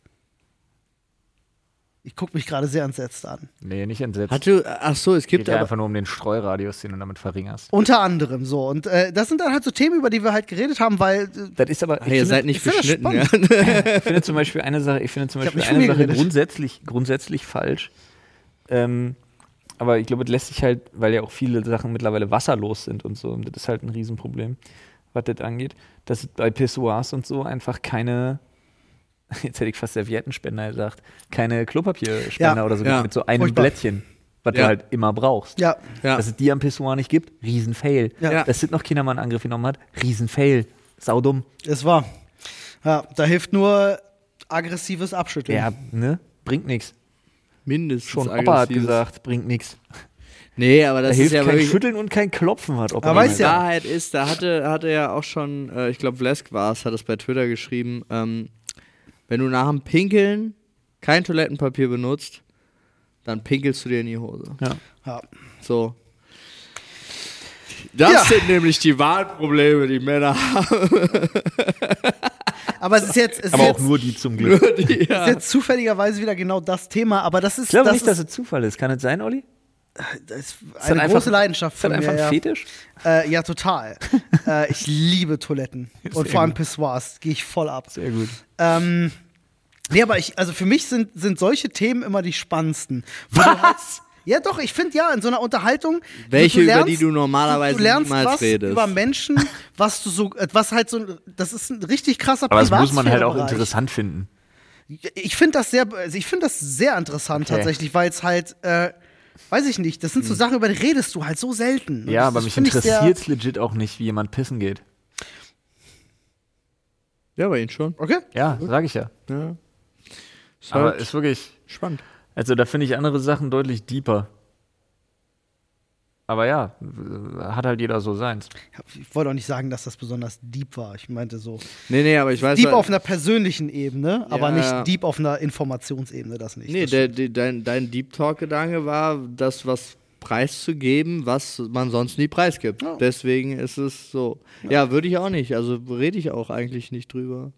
Ich gucke mich gerade sehr entsetzt an. Nee, nicht entsetzt. Hat du, ach so, es gibt Geht ja aber, einfach nur um den Streuradius, den du damit verringerst. Unter anderem so. Und äh, das sind dann halt so Themen, über die wir halt geredet haben, weil äh, Das ist aber. Ah, ihr seid ich nicht find das beschnitten, ja. spannend. Ich finde zum Beispiel eine Sache, ich finde zum Ich hab Beispiel nicht von mir eine Sache geredet. grundsätzlich, grundsätzlich falsch. Ähm, aber ich glaube, das lässt sich halt, weil ja auch viele Sachen mittlerweile wasserlos sind und so, und das ist halt ein Riesenproblem, was das angeht, dass es bei Pissoirs und so einfach keine, *laughs* jetzt hätte ich fast Serviettenspender gesagt, keine Klopapierspender Ja, oder so ja. gibt, mit so einem Furchtbar. Blättchen, was du Ja. halt immer brauchst. Ja. *laughs* Ja. Dass es die am Pissoir nicht gibt, Riesenfail. Ja. Dass Sid noch keiner mal einen Angriff genommen hat, Riesenfail. Saudumm. Es war. Ja, da hilft nur aggressives Abschütteln. Ja, ne? Bringt nichts. mindestens Schon Opa hat aggressives. gesagt, bringt nichts. Nee, aber das da ist hilft ja kein wirklich Schütteln und kein Klopfen hat Opa. Aber weißt gesagt. ja- Wahrheit ist, da hatte, hatte ja auch schon, äh, ich glaube, Vlesk war es, hat es bei Twitter geschrieben, ähm, wenn du nach dem Pinkeln kein Toilettenpapier benutzt, dann pinkelst du dir in die Hose. Ja. Ja. So. Das Ja. sind nämlich die wahren Probleme, die Männer haben. Aber es ist jetzt, es ist Aber auch jetzt, nur die zum Glück. es Die, ist jetzt zufälligerweise wieder genau das Thema. Aber das ist, Ich glaube das nicht, dass ist, es Zufall ist. Kann es sein, Olli? das ist Ist das eine große Leidenschaft Ist das von einfach mir. ein Ja. Fetisch? Äh, ja, *laughs* total. äh, ich liebe Toiletten und vor allem Pissoirs. Gehe ich voll ab. Sehr gut. Ähm, nee, aber ich, also für mich sind, sind solche Themen immer die spannendsten. Wo du Halt, Was? ja, doch, ich finde ja, in so einer Unterhaltung. Welche, über die du normalerweise du lernst niemals was redest. Über Menschen, was du so, äh, was halt so ein, das ist ein richtig krasser Aber das muss man halt auch Privatsphärebereich. interessant finden. Ich finde das sehr, also ich finde das sehr interessant Okay. Hm. tatsächlich, weil es halt, äh, weiß ich nicht, das sind so Sachen, über die redest du halt so selten. Und Ja, das, aber das mich find ich sehr- interessiert es legit auch nicht, wie jemand pissen geht. Ja, bei ihnen schon. Okay. Ja, sag ich ja. Ja. Ist Aber halt ist wirklich. spannend. Also da finde ich andere Sachen deutlich deeper. Aber ja, hat halt jeder so seins. Ich wollte auch nicht sagen, dass das besonders deep war. Ich meinte so Nee, nee, aber ich weiß. deep halt- auf einer persönlichen Ebene, aber ja. nicht deep auf einer Informationsebene, das nicht. Nee, das der, der, dein, dein Deep Talk-Gedanke war, das was preiszugeben, was man sonst nie preisgibt. Ja. Deswegen ist es so. Ja, würde ich auch nicht. Also rede ich auch eigentlich nicht drüber.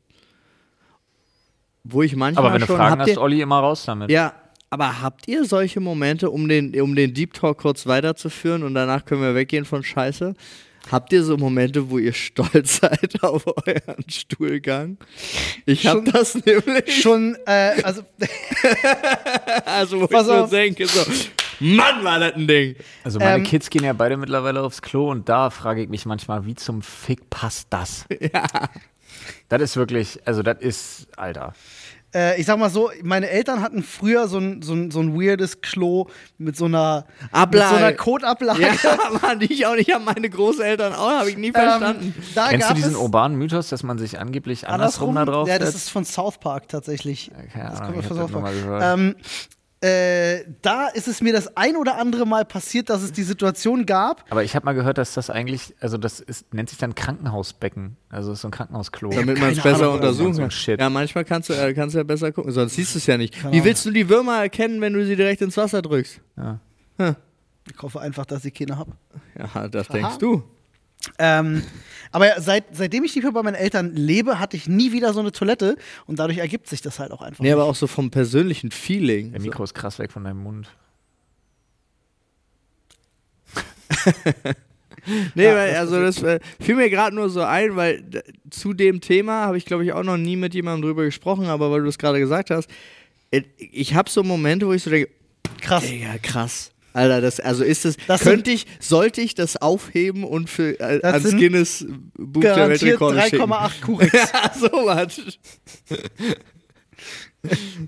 Wo ich manchmal Aber wenn du schon Fragen habt hast, ihr, Olli, immer raus damit. ja, aber habt ihr solche Momente, um den, um den Deep Talk kurz weiterzuführen und danach können wir weggehen von Scheiße? Habt ihr so Momente, wo ihr stolz *laughs* seid auf euren Stuhlgang? Ich hab das nämlich. schon, äh, also Also, wo Pass ich auf. so denke, so, Mann, war das ein Ding. Also meine Ähm, Kids gehen ja beide mittlerweile aufs Klo und da frage ich mich manchmal, wie zum Fick passt *laughs* das? Ja. Das ist wirklich, also das ist, Alter. äh, ich sag mal so, meine Eltern hatten früher so ein, so ein, so ein weirdes Klo mit so einer, mit so Ablage. einer Kotablage. Ja, *laughs* Mann, ich auch nicht, haben meine Großeltern auch, habe ich nie verstanden. *laughs* Ähm, da Kennst du gab diesen es urbanen Mythos, dass man sich angeblich andersrum, da drauf Ja, das setzt? ist von South Park tatsächlich. Keine das Ahnung, kommt ich von hab das South nur Park. mal gehört. Ähm, äh, da ist es mir das ein oder andere Mal passiert, dass es die Situation gab. Aber ich habe mal gehört, dass das eigentlich, also das ist, nennt sich dann Krankenhausbecken. Also das ist so ein Krankenhausklo. Damit man es keine besser Ahnung, untersuchen so ein kann. Shit. Ja, manchmal kannst du, äh, kannst du ja besser gucken, sonst siehst du es ja nicht. Wie willst du die Würmer erkennen, wenn du sie direkt ins Wasser drückst? Ich hoffe einfach, dass ich keine habe. Ja, das denkst du. Ähm, aber seit, seitdem ich nicht mehr bei meinen Eltern lebe, hatte ich nie wieder so eine Toilette und dadurch ergibt sich das halt auch einfach. Nee, nicht. aber auch so vom persönlichen Feeling. Der Mikro ist krass weg von deinem Mund. Nee, weil, also das äh, fiel mir gerade nur so ein, weil d- zu dem Thema habe ich, glaube ich, auch noch nie mit jemandem drüber gesprochen, aber weil du es gerade gesagt hast, äh, ich habe so Momente, wo ich so denke, Krass. Digga, krass. Alter, das, also ist das, Das könnte ich, sollte ich das aufheben und für, äh, Das ans sind Guinness Buch der Garantiert Weltrekorde schicken? 3,8 *laughs* Kurix. ja, so *laughs* was.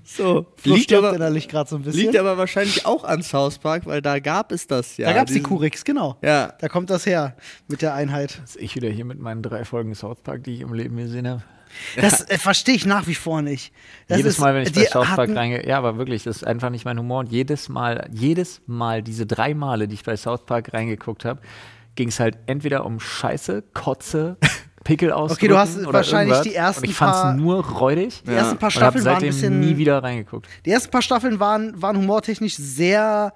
so. Fluss Liegt stirbt aber, innerlich gerade so ein bisschen. liegt aber wahrscheinlich auch an South Park, weil da gab es das ja. da gab es die diesen- Kurix, genau. Ja. Da kommt das her mit der Einheit. Jetzt ich wieder hier mit meinen drei Folgen South Park, die ich im Leben gesehen habe. Das äh, verstehe ich nach wie vor nicht. Das jedes ist- Mal, wenn ich bei die South Park hatten- reingehe, ja, aber wirklich, das ist einfach nicht mein Humor. Und jedes Mal, jedes Mal, diese drei Male, die ich bei South Park reingeguckt habe, ging es halt entweder um Scheiße, *laughs* Kotze, Pickel aus. Okay, du hast wahrscheinlich die ersten Und ich fand paar- es nur räudig. Die ersten paar Und habe Staffeln waren ein seitdem bisschen. nie wieder reingeguckt. Die ersten paar Staffeln waren, waren humortechnisch sehr,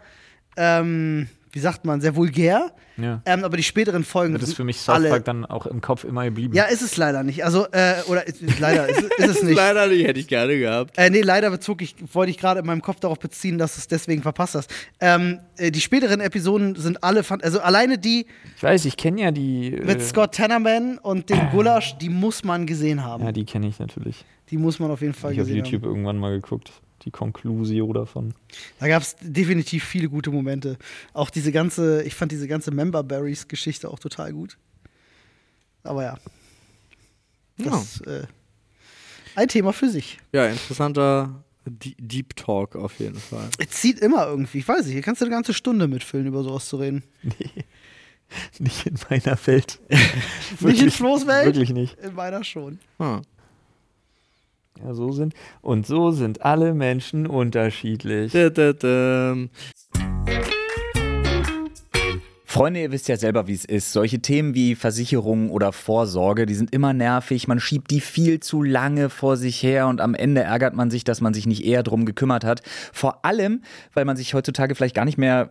ähm, wie sagt man, sehr vulgär. Ja. Ähm, aber die späteren Folgen Das ist sind für mich South alle. Park dann auch im Kopf immer geblieben. ja, ist es leider nicht. Also, äh, oder ist, ist leider ist, ist *laughs* *laughs* es nicht. Leider nicht, hätte ich gerne gehabt. Äh, nee, leider bezog ich, wollte ich gerade in meinem Kopf darauf beziehen, dass du es deswegen verpasst hast. Ähm, äh, die späteren Episoden sind alle, fan- also alleine die Ich weiß, ich kenne ja die. äh, mit Scott Tannerman und dem Gulasch, die muss man gesehen haben. Ja, die kenne ich natürlich. Die muss man auf jeden Fall Habe ich auf gesehen YouTube irgendwann mal geguckt. Die Conclusio davon. haben. *laughs* Da gab es definitiv viele gute Momente. Auch diese ganze, ich fand diese ganze Member Berries Geschichte auch total gut. Aber ja. Das, äh, ein Thema für sich. Ja, interessanter D Deep Talk auf jeden Fall. Es zieht immer irgendwie. Ich weiß nicht, hier kannst du eine ganze Stunde mitfüllen, über sowas zu reden. Nee. Nicht in meiner Welt. nicht in Flo's Welt? Wirklich nicht. In meiner schon. Hm. Ja, so sind. Und so sind alle Menschen unterschiedlich. Da, da, da. Freunde, ihr wisst ja selber, wie es ist. Solche Themen wie Versicherung oder Vorsorge, die sind immer nervig. Man schiebt die viel zu lange vor sich her und am Ende ärgert man sich, dass man sich nicht eher drum gekümmert hat. Vor allem, weil man sich heutzutage vielleicht gar nicht mehr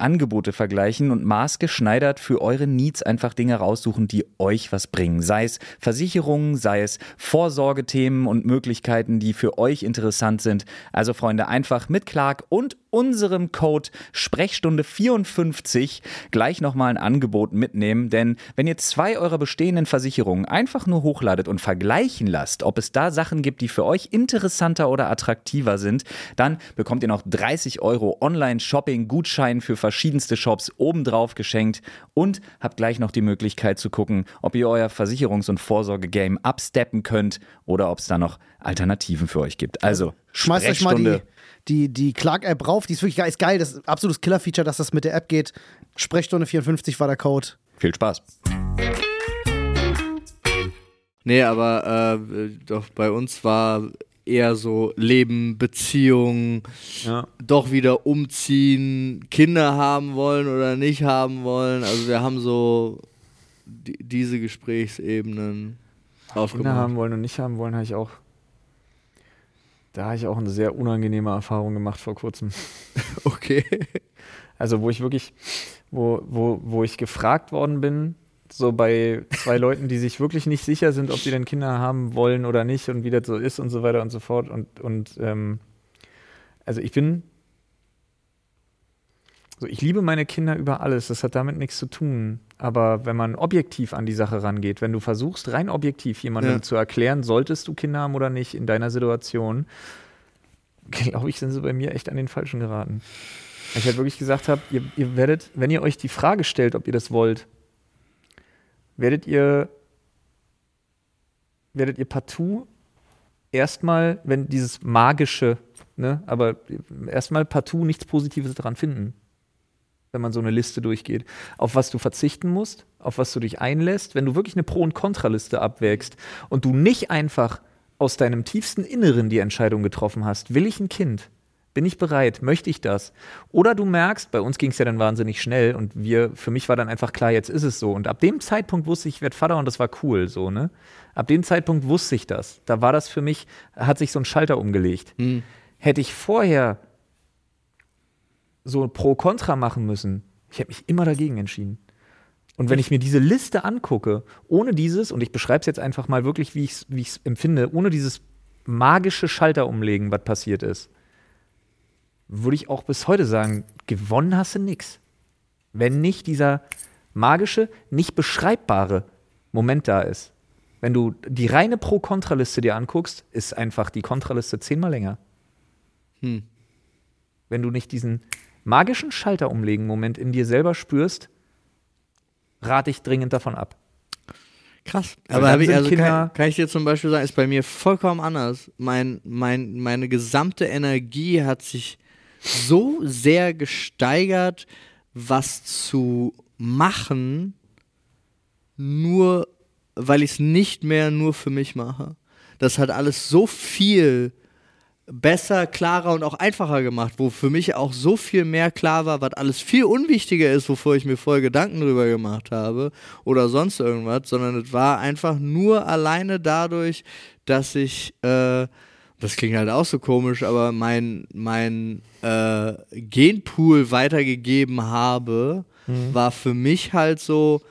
Angebote vergleichen und maßgeschneidert für eure Needs einfach Dinge raussuchen, die euch was bringen. Sei es Versicherungen, sei es Vorsorgethemen und Möglichkeiten, die für euch interessant sind. Also Freunde, einfach mit Clark und unserem Code Sprechstunde 54 gleich nochmal ein Angebot mitnehmen, denn wenn ihr zwei eurer bestehenden Versicherungen einfach nur hochladet und vergleichen lasst, ob es da Sachen gibt, die für euch interessanter oder attraktiver sind, dann bekommt ihr noch 30 Euro Online-Shopping-Gutschein für verschiedenste Shops obendrauf geschenkt und habt gleich noch die Möglichkeit zu gucken, ob ihr euer Versicherungs- und Vorsorge-Game absteppen könnt oder ob es da noch Alternativen für euch gibt. Also, Schmeißt euch mal die, Sprechstunde. die, die Clark-App rauf. Die ist wirklich geil. Ist geil. Das ist ein absolutes Killer-Feature, dass das mit der App geht. Sprechstunde 54 war der Code. Viel Spaß. Nee, aber äh, doch bei uns war eher so Leben, Beziehung, Ja. doch wieder umziehen, Kinder haben wollen oder nicht haben wollen. Also wir haben so di diese Gesprächsebenen Kinder aufgemacht. haben wollen und nicht haben wollen, habe ich auch. Da habe ich auch eine sehr unangenehme Erfahrung gemacht vor kurzem. *laughs* Okay. Also, wo ich wirklich, wo, wo, wo ich gefragt worden bin, so bei zwei Leuten, die sich wirklich nicht sicher sind, ob sie denn Kinder haben wollen oder nicht und wie das so ist und so weiter und so fort. Und, und ähm, also ich bin, also ich liebe meine Kinder über alles, das hat damit nichts zu tun. Aber wenn man objektiv an die Sache rangeht, wenn du versuchst, rein objektiv jemandem Ja. zu erklären, solltest du Kinder haben oder nicht in deiner Situation, glaube ich, sind sie bei mir echt an den Falschen geraten. Weil ich halt wirklich gesagt habe, ihr, ihr werdet, wenn ihr euch die Frage stellt, ob ihr das wollt, werdet ihr, werdet ihr partout erstmal, wenn dieses magische, ne, aber erstmal partout nichts Positives daran finden, wenn man so eine Liste durchgeht. Auf was du verzichten musst, auf was du dich einlässt, wenn du wirklich eine Pro- und Kontraliste abwägst und du nicht einfach aus deinem tiefsten Inneren die Entscheidung getroffen hast, will ich ein Kind? Bin ich bereit? Möchte ich das? Oder du merkst, bei uns ging es ja dann wahnsinnig schnell und wir, für mich war dann einfach klar, jetzt ist es so. Und ab dem Zeitpunkt wusste ich, ich werde Vater und das war cool, so, ne? Ab dem Zeitpunkt wusste ich das. Da war das für mich, hat sich so ein Schalter umgelegt. Hätte ich vorher so Pro-Kontra machen müssen, ich hätte mich immer dagegen entschieden. Und wenn ich mir diese Liste angucke, ohne dieses, und ich beschreibe es jetzt einfach mal wirklich, wie ich es wie ich's empfinde, ohne dieses magische Schalterumlegen, was passiert ist, würde ich auch bis heute sagen, gewonnen hast du nix. Wenn nicht dieser magische, nicht beschreibbare Moment da ist. Wenn du die reine Pro-Kontra-Liste dir anguckst, ist einfach die Kontraliste zehnmal länger. Wenn du nicht diesen magischen Schalter umlegen Moment in dir selber spürst, rate ich dringend davon ab. Krass. Weil Aber dann hab ich, sind also Kinder- kann, kann ich dir zum Beispiel sagen, ist bei mir vollkommen anders. Mein, mein, meine gesamte Energie hat sich so sehr gesteigert, was zu machen, nur weil ich es nicht mehr nur für mich mache. Das hat alles so viel besser, klarer und auch einfacher gemacht, wo für mich auch so viel mehr klar war, was alles viel unwichtiger ist, wovor ich mir vorher Gedanken drüber gemacht habe oder sonst irgendwas, sondern es war einfach nur alleine dadurch, dass ich, äh, das klingt halt auch so komisch, aber mein, mein äh, Genpool weitergegeben habe, war für mich halt so,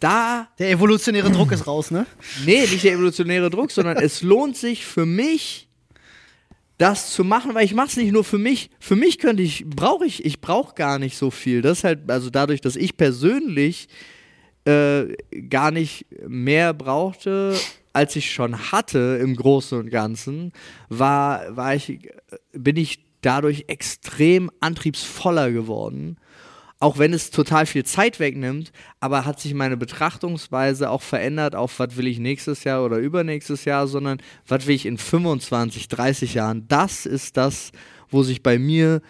da Der evolutionäre Druck ist raus, ne? Nee, nicht der evolutionäre Druck, sondern es lohnt sich für mich, das zu machen, weil ich mache es nicht nur für mich. Für mich könnte ich, brauche ich, ich brauche gar nicht so viel. Das ist halt, also dadurch, dass ich persönlich äh, gar nicht mehr brauchte, als ich schon hatte im Großen und Ganzen, war, war ich, bin ich dadurch extrem antriebsvoller geworden auch wenn es total viel Zeit wegnimmt, aber hat sich meine Betrachtungsweise auch verändert auf, was will ich nächstes Jahr oder übernächstes Jahr, sondern was will ich in 25, 30 Jahren. Das ist das, wo sich bei mir,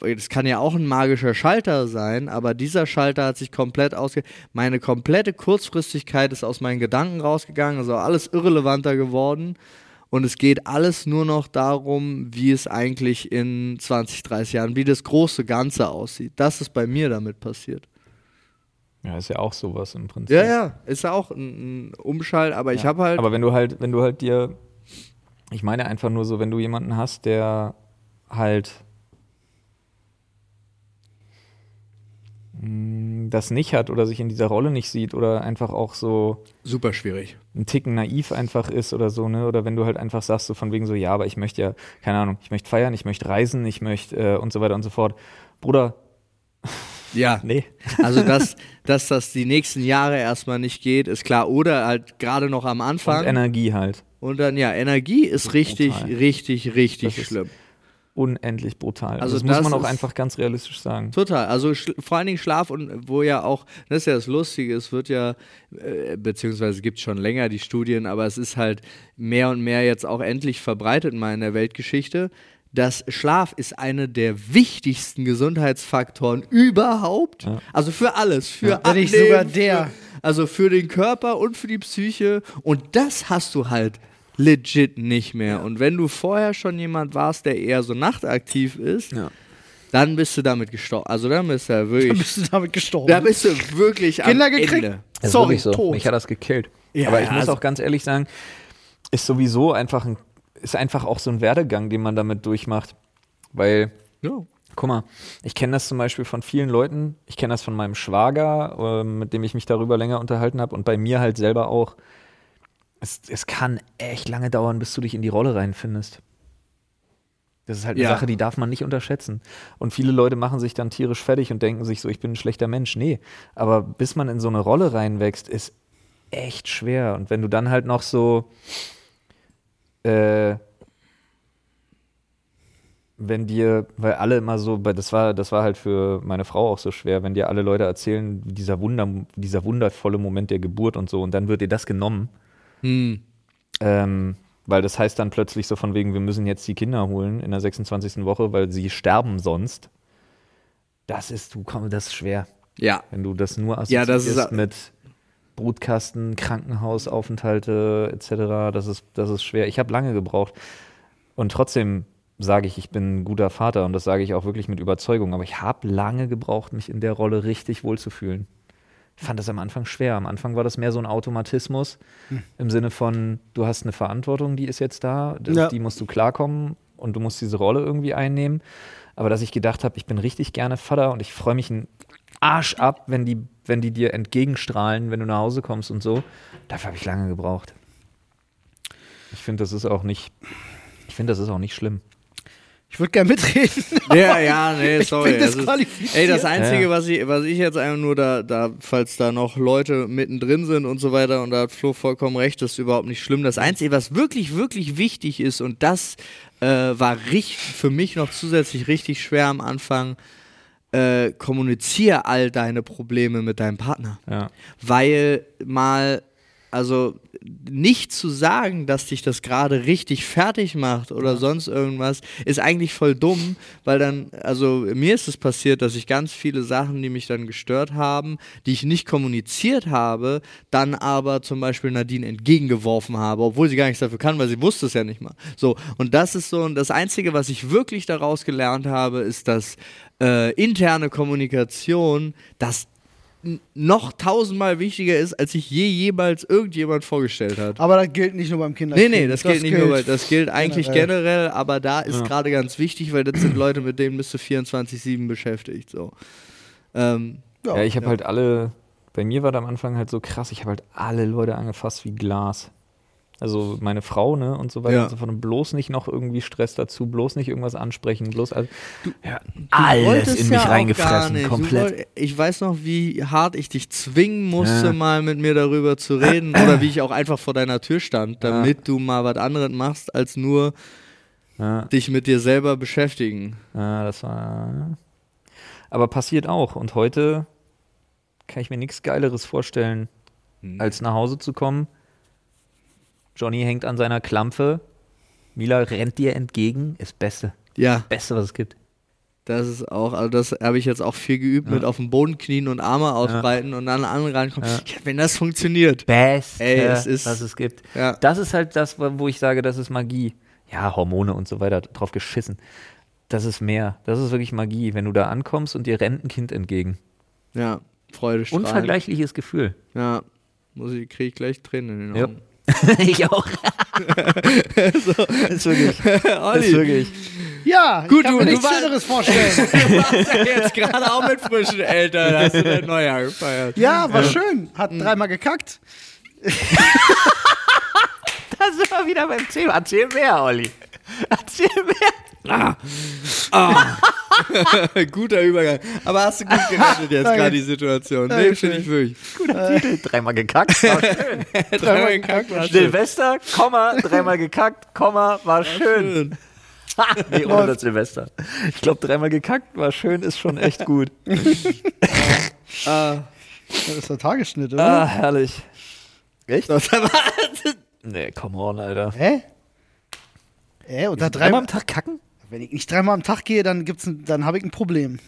das kann ja auch ein magischer Schalter sein, aber dieser Schalter hat sich komplett ausge... Meine komplette Kurzfristigkeit ist aus meinen Gedanken rausgegangen, also alles irrelevanter geworden. Und es geht alles nur noch darum, wie es eigentlich in 20, 30 Jahren, wie das große Ganze aussieht. Das ist bei mir damit passiert. Ja, ist ja auch sowas im Prinzip. Ja, ja, ist ja auch ein, ein Umschalt, aber ich habe halt. Aber wenn du halt, wenn du halt dir, ich meine einfach nur so, wenn du jemanden hast, der halt mh, mm, das nicht hat oder sich in dieser Rolle nicht sieht oder einfach auch so super schwierig. ein Ticken naiv einfach ist oder so, ne? Oder wenn du halt einfach sagst, so von wegen so, ja, aber ich möchte ja, keine Ahnung, ich möchte feiern, ich möchte reisen, ich möchte äh, und so weiter und so fort. Bruder, Ja. nee. *laughs* Also, dass, dass das die nächsten Jahre erstmal nicht geht, ist klar. Oder halt gerade noch am Und Anfang. Und, Energie halt. dann, ja, Energie ist richtig, Total. richtig, richtig Das ist- schlimm. Unendlich brutal. Also Also das, muss das man auch ist- einfach ganz realistisch Mhm. sagen. Total. Also schl- vor allen Dingen Schlaf und wo ja auch, das ist ja das Lustige, es wird ja, äh, beziehungsweise gibt es schon länger die Studien, aber es ist halt mehr und mehr jetzt auch endlich verbreitet mal in der Weltgeschichte, dass Schlaf ist eine der wichtigsten Gesundheitsfaktoren überhaupt. Also für alles, für Wenn nicht Abnehmen, sogar der. Für, also für den Körper und für die Psyche. Und das hast du halt legit nicht mehr. Und wenn du vorher schon jemand warst, der eher so nachtaktiv ist, dann bist du damit gestorben. Also dann bist du ja Dann wirklich. bist du damit gestorben. Da bist du wirklich Kinder am gekriegt. Ende. Das ist Sorry, wirklich so. tot. Mich hat das gekillt. Ja, Aber ich muss also- auch ganz ehrlich sagen, ist sowieso einfach ein, ist einfach auch so ein Werdegang, den man damit durchmacht. Weil, Ja. guck mal, ich kenne das zum Beispiel von vielen Leuten. Ich kenne das von meinem Schwager, äh, mit dem ich mich darüber länger unterhalten habe und bei mir halt selber auch. Es, es kann echt lange dauern, bis du dich in die Rolle reinfindest. Das ist halt eine Ja. Sache, die darf man nicht unterschätzen. Und viele Leute machen sich dann tierisch fertig und denken sich so, ich bin ein schlechter Mensch. Nee, aber bis man in so eine Rolle reinwächst, ist echt schwer. Und wenn du dann halt noch so, äh, wenn dir, weil alle immer so, weil das war, das war halt für meine Frau auch so schwer, wenn dir alle Leute erzählen, dieser Wunder, dieser wundervolle Moment der Geburt und so, und dann wird dir das genommen. Hm. Ähm, weil das heißt dann plötzlich so von wegen, wir müssen jetzt die Kinder holen in der 26. Woche, weil sie sterben sonst. Das ist, du komm, das ist schwer. Ja. Wenn du das nur assoziierst Ja, das ist a- mit Brutkasten, Krankenhausaufenthalte etc., das ist, das ist schwer. Ich habe lange gebraucht. Und trotzdem sage ich, ich bin ein guter Vater und das sage ich auch wirklich mit Überzeugung. Aber ich habe lange gebraucht, mich in der Rolle richtig wohlzufühlen. Ich fand das am Anfang schwer. Am Anfang war das mehr so ein Automatismus im Sinne von, du hast eine Verantwortung, die ist jetzt da, d- Ja. die musst du klarkommen und du musst diese Rolle irgendwie einnehmen. Aber dass ich gedacht habe, ich bin richtig gerne Vater und ich freue mich einen Arsch ab, wenn die, wenn die dir entgegenstrahlen, wenn du nach Hause kommst und so, dafür habe ich lange gebraucht. Ich finde, das ist auch nicht, ich finde, das ist auch nicht schlimm. Ich würde gerne mitreden. Ja, ja, nee, Ich sorry. bin das ist, disqualifiziert. ey, das Einzige, Ja. was, ich, was ich jetzt einfach nur da, da, falls da noch Leute mittendrin sind und so weiter, und da hat Flo vollkommen recht, das ist überhaupt nicht schlimm. Das Einzige, was wirklich, wirklich wichtig ist, und das äh, war richtig, für mich noch zusätzlich richtig schwer am Anfang, äh, kommunizier all deine Probleme mit deinem Partner. Ja. Weil mal, also nicht zu sagen, dass dich das gerade richtig fertig macht oder sonst irgendwas, ist eigentlich voll dumm, weil dann, also mir ist es passiert, dass ich ganz viele Sachen, die mich dann gestört haben, die ich nicht kommuniziert habe, dann aber zum Beispiel Nadine entgegengeworfen habe, obwohl sie gar nichts dafür kann, weil sie wusste es ja nicht mal. So, und das ist so, und das Einzige, was ich wirklich daraus gelernt habe, ist, dass äh, interne Kommunikation, das n- noch tausendmal wichtiger ist, als sich je jemals irgendjemand vorgestellt hat. Aber das gilt nicht nur beim Nee, Kinderkrieg. nee, Ah, das, gilt nicht nur, weil das gilt eigentlich generell. generell, aber da ist gerade ganz wichtig, weil das sind Leute, mit denen bist du 24-7 beschäftigt. So. Ähm, Ja, Ja, ich habe halt alle, bei mir war das am Anfang halt so krass, ich habe halt alle Leute angefasst wie Glas. Also meine Frau, ne, und so weiter Ja. und so fort. Und bloß nicht noch irgendwie Stress dazu, bloß nicht irgendwas ansprechen, bloß all, ja, alles wolltest in mich ja auch gar reingefressen, nicht. Du komplett. wollt- Ich weiß noch, wie hart ich dich zwingen musste, Ja. mal mit mir darüber zu *coughs* reden oder wie ich auch einfach vor deiner Tür stand, Ja. damit du mal was anderes machst, als nur Ja, dich mit dir selber beschäftigen. ja, das war. Aber passiert auch. Und heute kann ich mir nichts Geileres vorstellen, als nach Hause zu kommen. Johnny hängt an seiner Klampfe. Mila rennt dir entgegen. Ist Beste. Ja. Beste, was es gibt. Das ist auch, also das habe ich jetzt auch viel geübt mit auf dem Boden knien und Arme ausbreiten und dann an rankommen. Ja. wenn das funktioniert. Beste, Ey, es ist- was es gibt. Ja. Das ist halt das, wo wo ich sage, das ist Magie. Ja, Hormone und so weiter, drauf geschissen. Das ist mehr. Das ist wirklich Magie, wenn du da ankommst und dir rennt ein Kind entgegen. Ja, Freude strahlen. Unvergleichliches *laughs* Gefühl. Ja, muss ich, kriege ich gleich Tränen in den Ja. Augen. ich auch. ist wirklich. Ist wirklich. Ja, Gut, ich kann du- mir du nichts war- Schöneres vorstellen. *laughs* Du warst ja jetzt gerade auch mit frischen Eltern, hast du dein Neujahr gefeiert. ja, war schön. Hat dreimal gekackt. Da sind wir wieder beim Thema. Erzähl mehr, Olli. Erzähl mehr. Ah, *laughs* Guter Übergang. Aber hast du gut gerettet jetzt Danke. gerade die Situation. Nee, Dankeschön. finde ich wirklich. Dreimal gekackt. *laughs* War schön. Dreimal gekackt war schön. Silvester, Komma, dreimal gekackt, Komma, war schön. *laughs* nee, ohne das Silvester. Ich glaube, dreimal gekackt war schön, ist schon echt *laughs* gut. Ah, Das ist der Tagesschnitt, oder? ah, herrlich. Echt? das war- Nee, come on, Alter. Hä? Äh, und da Dreimal dreimal, am Tag kacken? wenn ich nicht dreimal am Tag gehe, dann gibt's, ein, dann habe ich ein Problem.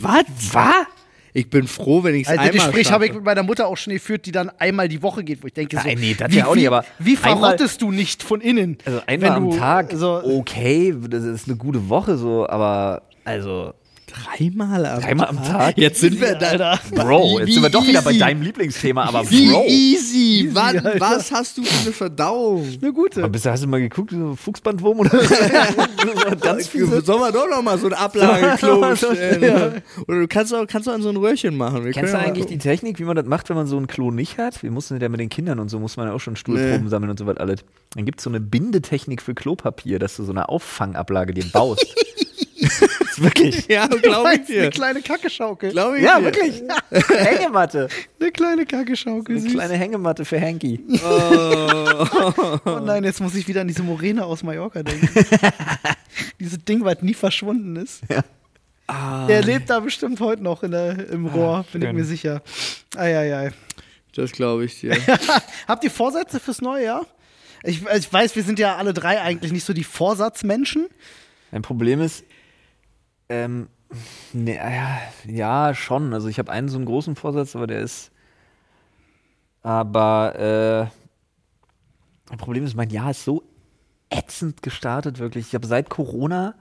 Was? Was? Ich bin froh, wenn ich es Also einmal das Gespräch habe ich schaffe. mit meiner Mutter auch schon geführt, die dann einmal die Woche geht, wo ich denke so, Nein, nee, das wie, ja auch nicht, wie- aber wie einmal- verrottest du nicht von innen? Also einmal wenn am du, Tag, Oh, So, okay, das ist eine gute Woche so, aber also Dreimal am dreimal am Tag. *laughs* Jetzt sind wir da. Bro, jetzt Wie sind wir doch wieder bei easy. deinem Lieblingsthema, aber Wie Bro. easy. Wann, Alter. was hast du für eine Verdauung? eine gute. Aber bisher hast du mal geguckt, so *laughs* Fuchsbandwurm oder *laughs* so? Ganz fiese. Sollen wir doch noch mal so ein Ablageklo Ja. bestellen? Oder du kannst auch, kannst du an so ein Röhrchen machen. Wir Kennst können du ja mal eigentlich die gucken. Technik, wie man das macht, wenn man so einen Klo nicht hat? Wir mussten ja mit den Kindern und so, muss man ja auch schon Stuhlproben sammeln und so was alles. Dann gibt es so eine Bindetechnik für Klopapier, dass du so eine Auffangablage dir baust. *laughs* *laughs* ist wirklich. Ja, glaube ich Meinst *laughs* du, Eine dir. kleine Kackeschaukel. Glaub ich Ja, dir. wirklich. *laughs* Hängematte. Eine kleine Kackeschaukel. Eine Süß. kleine Hängematte für Hanky. Oh nein, jetzt muss ich wieder an diese Morena aus Mallorca denken. Dieses Ding, was nie verschwunden ist. Der lebt da bestimmt heute noch in der, im Rohr, bin ich schön. mir sicher. Eieiei. *laughs* Das glaube ich dir. Habt ihr Vorsätze fürs neue Jahr? Ich, also ich weiß, wir sind ja alle drei eigentlich nicht so die Vorsatzmenschen. Mein Problem ist, ähm, ne, ja, ja, schon. Also ich habe einen so einen großen Vorsatz, aber der ist. Aber äh, mein Problem ist, mein Jahr ist so ätzend gestartet, wirklich. Ich habe seit Corona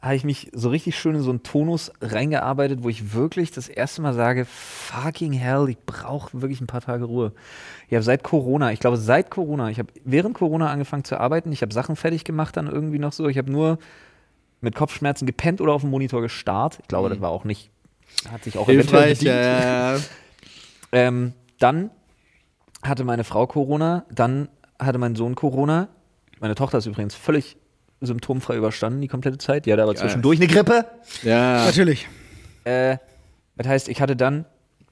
habe ich mich so richtig schön in so einen Tonus reingearbeitet, wo ich wirklich das erste Mal sage, fucking hell, ich brauche wirklich ein paar Tage Ruhe. Ich habe seit Corona, ich glaube seit Corona, ich habe während Corona angefangen zu arbeiten, ich habe Sachen fertig gemacht dann irgendwie noch so, ich habe nur mit Kopfschmerzen gepennt oder auf dem Monitor gestarrt. Ich glaube, das war auch nicht, hat sich auch *laughs* eventuell Mhm. Hilfreich, bedient. ja, ja, ja. Ähm, dann hatte meine Frau Corona, dann hatte mein Sohn Corona. Meine Tochter ist übrigens völlig symptomfrei überstanden die komplette Zeit. Die hatte aber zwischendurch eine Grippe. Ja. Natürlich. Äh, das heißt, ich hatte dann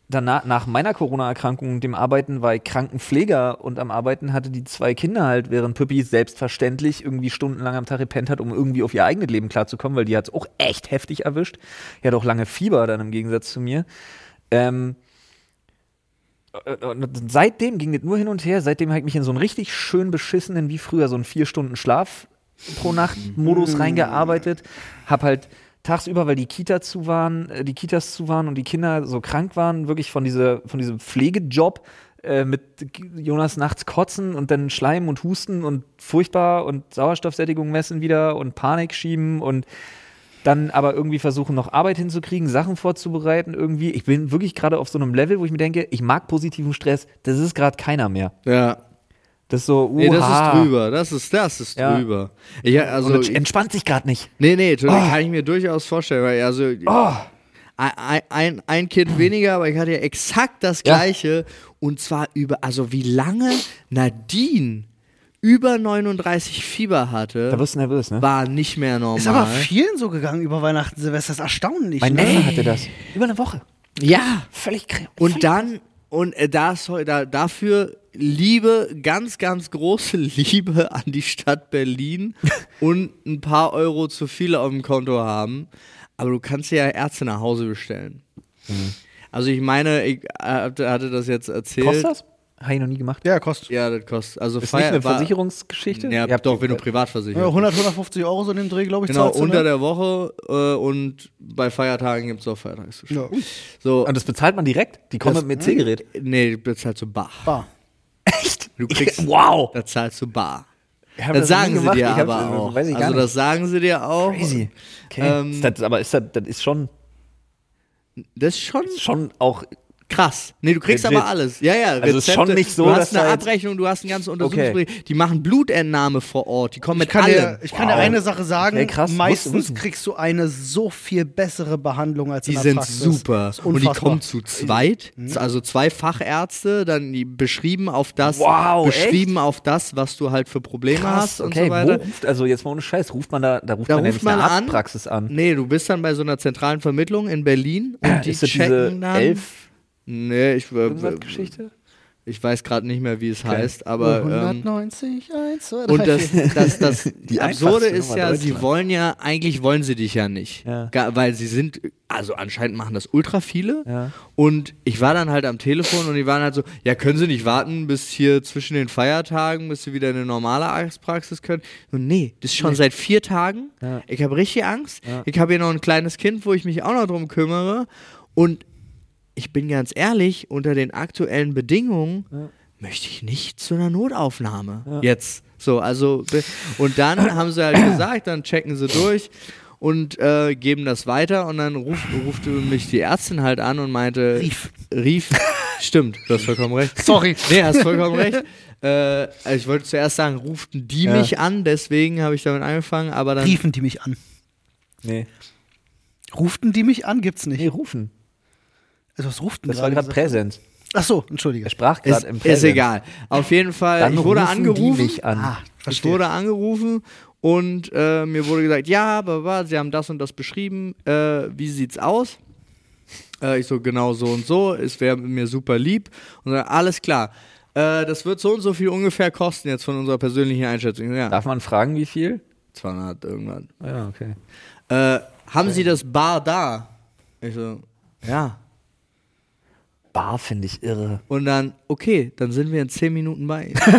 danach, nach meiner Corona-Erkrankung und dem Arbeiten war ich Krankenpfleger und am Arbeiten hatte die zwei Kinder halt, während Püppi selbstverständlich irgendwie stundenlang am Tag gepennt hat, um irgendwie auf ihr eigenes Leben klarzukommen, weil die hat es auch echt heftig erwischt. Die hat auch lange Fieber dann im Gegensatz zu mir. Ähm, äh, und seitdem ging das nur hin und her. Seitdem habe ich mich in so einen richtig schön beschissenen, wie früher, so einen vier Stunden Schlaf pro Nacht Modus reingearbeitet. Hab halt tagsüber, weil die Kita zu waren, äh, die Kitas zu waren und die Kinder so krank waren, wirklich von, dieser, von diesem Pflegejob äh, mit G- Jonas nachts kotzen und dann Schleim und Husten und furchtbar und Sauerstoffsättigung messen wieder und Panik schieben und dann aber irgendwie versuchen, noch Arbeit hinzukriegen, Sachen vorzubereiten irgendwie. Ich bin wirklich gerade auf so einem Level, wo ich mir denke, ich mag positiven Stress, das ist gerade keiner mehr. Ja. Das ist so, uha. Nee, das ist drüber. Das ist, das ist Ja. drüber. Ja, also, Und das entspannt sich gerade nicht. nee, nee, total, Ah. kann ich mir durchaus vorstellen. Weil also, ein, ein, ein Kind weniger, aber ich hatte ja exakt das Ja. gleiche. Und zwar über, also wie lange Nadine über 39 Fieber hatte, Da wirst du nervös, ne? war nicht mehr normal. Ist aber vielen so gegangen über Weihnachten, Silvester. Das ist erstaunlich. Mein ne? Neffe hatte das. Über eine Woche. ja. Völlig krass. Und dann, und äh, da soll, da, dafür Liebe, ganz, ganz große *laughs* Liebe an die *laughs* Stadt Berlin und ein paar Euro zu viel auf dem Konto haben. Aber du kannst dir ja Ärzte nach Hause bestellen. Mhm. Also ich meine, ich äh, hatte das jetzt erzählt. Kostet das? Habe ich noch nie gemacht. Ja, kostet. Ja, das kostet. Also Ist nicht eine war- Versicherungsgeschichte? Ja, Ihr habt- doch, wenn du Ja, privatversichert. 100, 150 Euro so in dem Dreh, glaube ich. Genau, zahlst du, unter ne? der Woche äh, und bei Feiertagen gibt es auch Feiertagszuschlag. Ja. So, Und das bezahlt man direkt? Die kommen mit dem *laughs* EC-Gerät. nee, du bezahlst du bar. Bar. Echt? Du kriegst- wow. Da zahlst du bar. Ich hab Das, noch nie sagen sie gemacht. dir Ich hab's- aber auch. Weiß ich gar also nicht. das sagen sie dir auch. Crazy. Okay. Ähm, ist das, aber ist das, das ist schon, Das ist schon schon auch. krass. Nee, du kriegst Legit. aber alles. Ja, ja. Also ist Rezepte. schon nicht so, Du dass halt- hast da eine jetzt- Abrechnung, du hast einen ganzen Untersuchungsbericht. Die machen Blutentnahme vor Ort. Die kommen Ich mit kann, allem. dir, ich kann dir eine Sache sagen, Okay, krass. meistens Wusste- wusste. kriegst du eine so viel bessere Behandlung als in Die der sind Praxis. super. Das ist Und die unfassbar. kommen zu zweit, Mhm. also zwei Fachärzte, dann die beschrieben auf das, Wow, beschrieben auf das, was du halt für Probleme hast Krass, und okay, so weiter. wo ruft, also jetzt mal ohne Scheiß, ruft man da, da ruft Da man nämlich ruft man eine an. Arztpraxis an. Nee, du bist dann bei so einer zentralen Vermittlung in Berlin und die ist das checken diese dann. elf Nee, ich, äh, geschichte ich weiß gerade nicht mehr, wie es heißt, aber. Ähm, 190, 1, 2, 3, und *laughs* das, das, *laughs* das die einfachste Absurde ist Nummer ja, sie Deutschland. wollen ja, eigentlich wollen sie dich ja nicht. Ja. Gar, weil sie sind, also anscheinend machen das ultra viele. Ja. Und ich war dann halt am Telefon und die waren halt so, ja, können Sie nicht warten bis hier zwischen den Feiertagen, bis Sie wieder in eine normale Arztpraxis können? Und nee, das ist schon seit vier Tagen. Ja. Ich habe richtig Angst. Ich habe hier noch ein kleines Kind, wo ich mich auch noch drum kümmere. Und ich bin ganz ehrlich, unter den aktuellen Bedingungen möchte ich nicht zu einer Notaufnahme. Jetzt. So, also, be- *coughs* und dann haben sie halt gesagt, dann checken sie durch und äh, geben das weiter und dann ruft, ruft mich die Ärztin halt an und meinte. Rief. *laughs* Rief. Stimmt, du hast vollkommen recht. Sorry. Nee, hast vollkommen recht. Äh, also ich wollte zuerst sagen, ruften die Ja. mich an, deswegen habe ich damit angefangen, aber dann. Riefen die mich an. Nee. Ruften die mich an? Gibt's nicht. Nee, rufen. Also was ruften Das war gerade gesagt? Präsens. Ach so, entschuldige. Er sprach Ist, gerade im Präsens. ist egal. Auf jeden Fall, Dann ich wurde rufen angerufen. Die mich an. Ah, Ich verstehe. wurde angerufen und äh, mir wurde gesagt, ja, baba, sie haben das und das beschrieben, äh, wie sieht's aus? Äh, ich so, genau so und so, es wäre mir super lieb. Und dann, alles klar, äh, das wird so und so viel ungefähr kosten jetzt von unserer persönlichen Einschätzung. Ja, Darf man fragen, wie viel? 200 irgendwann. Ja, okay. Äh, haben sie das Bar da? Ich so, ja. Bar finde ich irre. Und dann, okay, dann sind wir in 10 Minuten bei Ihnen. *laughs*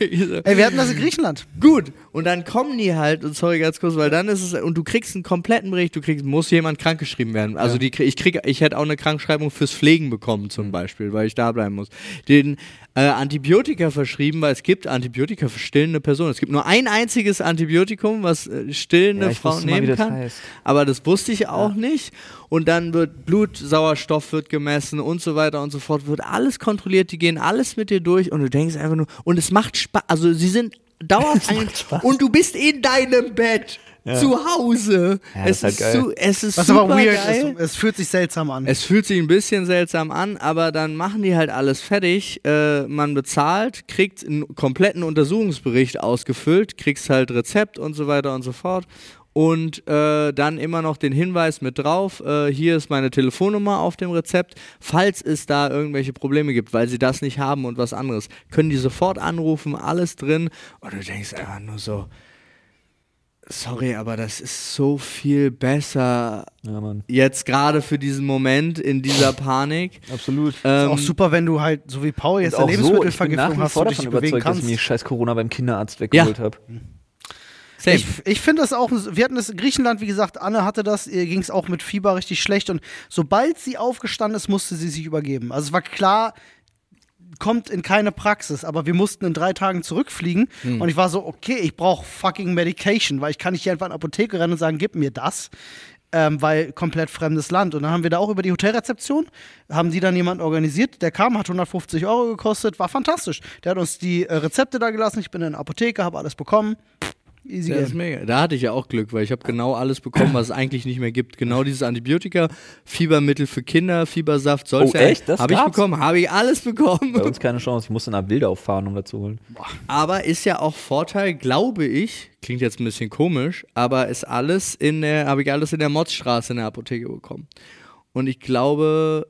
Ich so, Ey, wir hatten das in Griechenland. Gut, und dann kommen die halt, und sorry ganz kurz, weil dann ist es, und du kriegst einen kompletten Bericht, du kriegst, muss jemand krankgeschrieben werden. Also die, krieg- ich krieg, ich hätte auch eine Krankschreibung fürs Pflegen bekommen Mhm. zum Beispiel, weil ich da bleiben muss. Den äh, Antibiotika verschrieben, weil es gibt Antibiotika für stillende Personen. Es gibt nur ein einziges Antibiotikum, was äh, stillende Ja, ich Frauen wusste mal, wie nehmen das kann. heißt. Aber das wusste ich auch nicht. Und dann wird Blut, Sauerstoff wird gemessen und so weiter und so fort. Wird alles kontrolliert. Die gehen alles mit dir durch und du *laughs* denkst einfach nur, und es macht Spaß. Also sie sind dauerhaft ein. Und du bist in deinem Bett. zu Hause. Ja, es, das ist ist halt geil. zu, es ist Was super aber weird geil. ist, es fühlt sich seltsam an. Es fühlt sich ein bisschen seltsam an, aber dann machen die halt alles fertig. Äh, man bezahlt, kriegt einen kompletten Untersuchungsbericht ausgefüllt, kriegst halt Rezept und so weiter und so fort. Und äh, dann immer noch den Hinweis mit drauf, äh, hier ist meine Telefonnummer auf dem Rezept. Falls es da irgendwelche Probleme gibt, weil sie das nicht haben und was anderes, können die sofort anrufen, alles drin. Und du denkst einfach nur so, sorry, aber das ist so viel besser Ja, Mann. jetzt gerade für diesen Moment in dieser Panik. Absolut. ist Ähm, auch super, wenn du halt, so wie Paul jetzt eine Lebensmittelvergiftung hast, du dich nicht bewegen dass ich kannst. mir scheiß Corona beim Kinderarzt weggeholt habe. safe. Ich, ich finde das auch, wir hatten das in Griechenland, wie gesagt, Anne hatte das, ihr ging es auch mit Fieber richtig schlecht und sobald sie aufgestanden ist, musste sie sich übergeben. Also es war klar, kommt in keine Praxis, aber wir mussten in drei Tagen zurückfliegen und ich war so, okay, ich brauche fucking Medication, weil ich kann nicht hier einfach in die Apotheke rennen und sagen, gib mir das. Ähm, weil komplett fremdes Land. Und dann haben wir da auch über die Hotelrezeption, haben die dann jemanden organisiert, der kam, hat 150 Euro gekostet, war fantastisch. Der hat uns die äh, Rezepte da gelassen, ich bin in der Apotheke, habe alles bekommen. Easy Das game. ist mega. Da hatte ich ja auch Glück, weil ich habe genau alles bekommen, was es eigentlich nicht mehr gibt. Genau dieses Antibiotika, Fiebermittel für Kinder, Fiebersaft, soll Oh, ja echt? Das Habe ich gab's? bekommen, habe ich alles bekommen. Bei uns keine Chance. Ich musste nach Wildau fahren, um das zu holen. Aber ist ja auch Vorteil, glaube ich, klingt jetzt ein bisschen komisch, aber ist alles in der, habe ich alles in der Motzstraße in der Apotheke bekommen. Und ich glaube,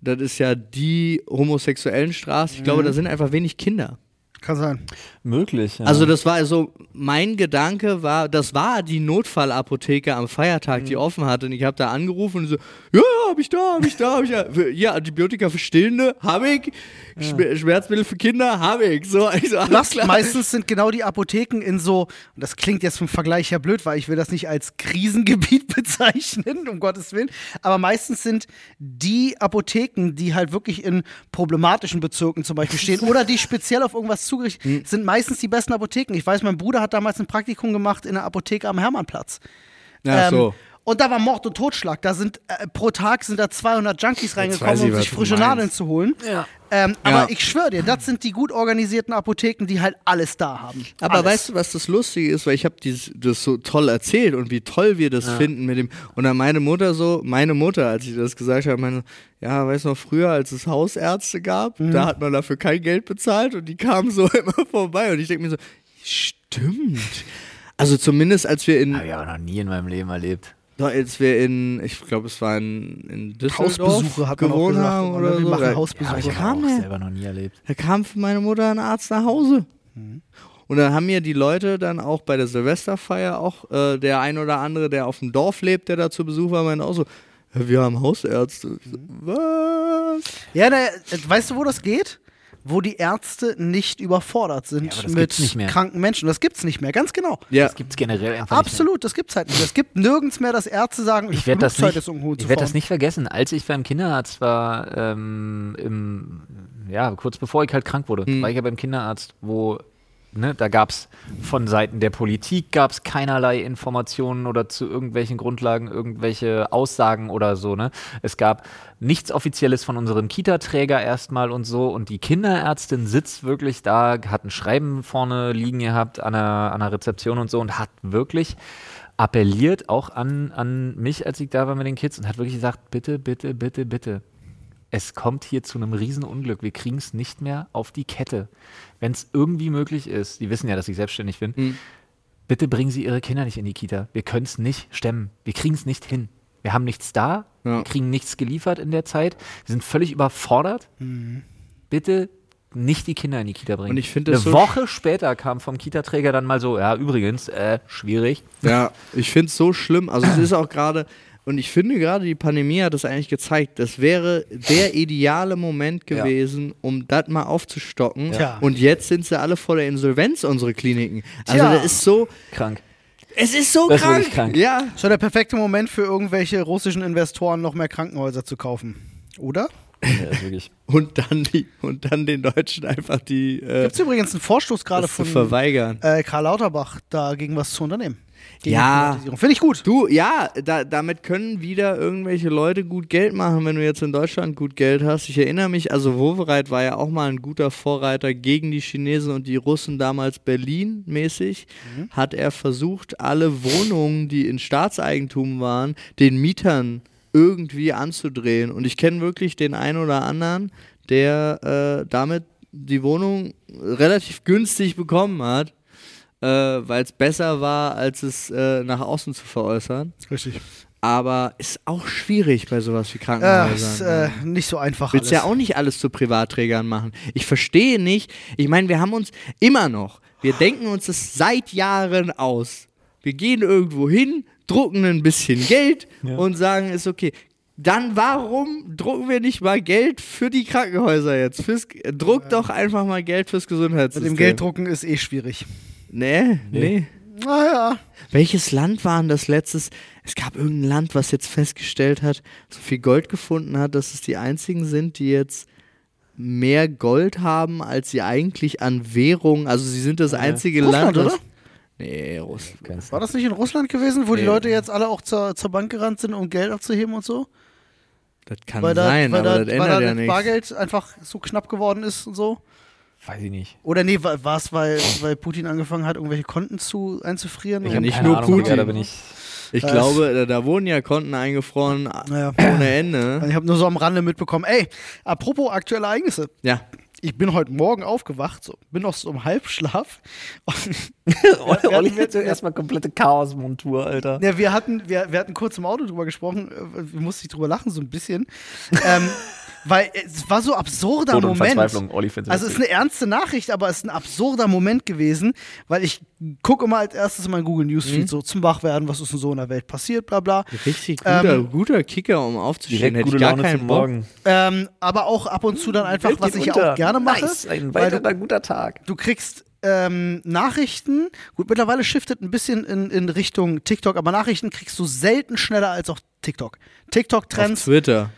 das ist ja die homosexuellen Straße. Ich Mhm. glaube, da sind einfach wenig Kinder. Kann sein. Möglich. Ja. Also das war so, mein Gedanke war, das war die Notfallapotheke am Feiertag, die offen hatte und ich habe da angerufen und so, ja, ja, hab ich da, hab ich da, hab ich da, Für- ja, Antibiotika für Stillende, hab ich, Schmer- Schmerzmittel für Kinder, hab ich, so, also alles Lass, klar. meistens sind genau die Apotheken in so, und das klingt jetzt vom Vergleich her blöd, weil ich will das nicht als Krisengebiet *laughs* bezeichnen, um Gottes Willen, aber meistens sind die Apotheken, die halt wirklich in problematischen Bezirken zum Beispiel stehen oder die speziell auf irgendwas zugerichtet sind, sind meistens die besten Apotheken. Ich weiß, mein Bruder hat damals ein Praktikum gemacht in der Apotheke am Hermannplatz. Ja, Ähm, so. Und da war Mord und Totschlag. Da sind äh, pro Tag sind da 200 Junkies reingekommen, weiß ich, um was sich du frische meinst. Nadeln zu holen. Ähm, aber Ja. ich schwöre dir, das sind die gut organisierten Apotheken, die halt alles da haben. Aber alles. weißt du, was das Lustige ist? Weil ich habe das so toll erzählt und wie toll wir das finden mit dem. Und dann meine Mutter so, meine Mutter, als ich das gesagt habe, meine, ja, weißt du noch, früher, als es Hausärzte gab, Mhm. da hat man dafür kein Geld bezahlt und die kamen so *laughs* immer vorbei. Und ich denke mir so, stimmt. Also zumindest als wir in, Habe ich aber noch nie in meinem Leben erlebt. als wir in, ich glaube, es war in, in Düsseldorf Hausbesuche hat man auch gewohnt gesagt, haben immer, oder ne? Wir so. machen Da- Hausbesuche. Ja, Ich ich hab kam ja. selber noch nie erlebt. Da kam für meine Mutter ein Arzt nach Hause. Mhm. Und dann haben mir die Leute dann auch bei der Silvesterfeier auch äh, der ein oder andere, der auf dem Dorf lebt, der da zu Besuch war, meinte auch so, "Ja, wir haben Hausärzte. Ich so, Was? Ja, na, äh, weißt du, wo das geht? Wo die Ärzte nicht überfordert sind aber das mit gibt's nicht mehr. kranken Menschen. Das gibt's nicht mehr, ganz genau. Ja, Das gibt es generell einfach Absolut, das gibt's halt nicht. mehr. Es gibt nirgends mehr, dass Ärzte sagen, Ich werde das, Flugzeug nicht- ist um den Hut ich zu werd das fahren. nicht vergessen. Als ich beim Kinderarzt war, ähm, im, ja, kurz bevor ich halt krank wurde, war ich ja beim Kinderarzt, wo, ne, da gab es von Seiten der Politik gab es keinerlei Informationen oder zu irgendwelchen Grundlagen, irgendwelche Aussagen oder so, ne. Es gab nichts Offizielles von unserem Kita-Träger erstmal und so und die Kinderärztin sitzt wirklich da, hat ein Schreiben vorne liegen gehabt an der, an der Rezeption und so und hat wirklich appelliert auch an, an mich, als ich da war mit den Kids und hat wirklich gesagt, bitte, bitte, bitte, bitte. Es kommt hier zu einem Riesenunglück. Wir kriegen es nicht mehr auf die Kette. Wenn es irgendwie möglich ist, die wissen ja, dass ich selbstständig bin, Mhm. bitte bringen Sie Ihre Kinder nicht in die Kita. Wir können es nicht stemmen. Wir kriegen es nicht hin. Wir haben nichts da. Ja. Wir kriegen nichts geliefert in der Zeit. Wir sind völlig überfordert. Bitte nicht die Kinder in die Kita bringen. Mhm. Und ich finde das Eine so Woche später kam vom Kita-Träger dann mal so, ja, übrigens, äh, schwierig. Ja, ich finde es so schlimm. *laughs* Also es ist auch gerade, und ich finde gerade, die Pandemie hat es eigentlich gezeigt, das wäre der ideale Moment Ja. gewesen, um das mal aufzustocken. Tja. Und jetzt sind sie alle vor der Insolvenz, unsere Kliniken. Also Tja. das ist so, Krank. es ist so Das ist krank. wirklich krank. Ja. Das war der perfekte Moment für irgendwelche russischen Investoren, noch mehr Krankenhäuser zu kaufen. Oder? Ja, ist wirklich. Und dann, die, und dann den Deutschen einfach die äh, Gibt's übrigens einen Vorstoß gerade das zu von verweigern. äh, Karl Lauterbach, dagegen was zu unternehmen. gegen Ja. Privatisierung. Finde ich gut. Du, ja, da, damit können wieder irgendwelche Leute gut Geld machen, wenn du jetzt in Deutschland gut Geld hast. Ich erinnere mich, also Wovereit war ja auch mal ein guter Vorreiter gegen die Chinesen und die Russen damals Berlin-mäßig. Hat er versucht, alle Wohnungen, die in Staatseigentum waren, den Mietern irgendwie anzudrehen. Und ich kenne wirklich den einen oder anderen, der äh, damit die Wohnung relativ günstig bekommen hat äh, weil es besser war, als es äh, nach außen zu veräußern. Richtig. Aber ist auch schwierig bei sowas wie Äh, ist Krankenhäusern. ne? äh, nicht so einfach. Willst alles. ja auch nicht alles zu Privatträgern machen. Ich verstehe nicht. Ich meine, wir haben uns immer noch, wir denken uns das seit Jahren aus. Wir gehen irgendwo hin, drucken ein bisschen Geld und sagen, ist okay. Dann warum drucken wir nicht mal Geld für die Krankenhäuser jetzt? Fürs, druck doch einfach mal Geld fürs Mit Gesundheitssystem. dem Gelddrucken ist eh schwierig. Nee, nee. Naja. Welches Land war denn das letztes? Es gab irgendein Land, was jetzt festgestellt hat, so viel Gold gefunden hat, dass es die einzigen sind, die jetzt mehr Gold haben, als sie eigentlich an Währung. Also sie sind das einzige Russland, Land. das- oder? Nee, Russland. War das nicht in Russland gewesen, wo die Leute jetzt alle auch zur, zur Bank gerannt sind, um Geld abzuheben und so? Das kann Weil da, sein, weil aber da, das weil ändert da ja das nichts. Bargeld einfach so knapp geworden ist und so? Weiß ich nicht. Oder nee, war es, weil, weil Putin angefangen hat, irgendwelche Konten zu, einzufrieren? Ich und- hab Nicht Keine nur Ahnung, Digga, Putin. Da bin ich. Ich Äh, Das- glaube, da, da wurden ja Konten eingefroren Naja. ohne Ende. Ich habe nur so am Rande mitbekommen, ey, apropos aktuelle Ereignisse. Ja. Ich bin heute Morgen aufgewacht, so, bin noch so im Halbschlaf. Und, Olli wird erstmal komplette Chaosmontur, Alter. ja, wir, hatten, wir, wir hatten kurz im Auto drüber gesprochen, äh, musste ich drüber lachen, so ein bisschen. ähm, *laughs* weil es war so absurder Tod und Moment. Verzweiflung, Olli find's Also es ist eine ernste Nachricht, aber es ist ein absurder Moment gewesen, weil ich gucke immer als erstes in mein Google Newsfeed Mhm. so zum Wachwerden, was ist denn so in der Welt passiert, bla bla. Richtig Ähm, guter, guter Kicker, um aufzustehen. Direkt Hätte gute ich gar Laune keinen zum Bock. Morgen. Ähm, aber auch ab und zu dann einfach, Welt was geht ich ja unter. auch gerne mache. Nice, ein weil du, weiterer guter Tag. du kriegst ähm, Nachrichten, gut, mittlerweile shiftet ein bisschen in, in Richtung TikTok, aber Nachrichten kriegst du selten schneller als auch TikTok. Auf TikTok-Trends, Twitter.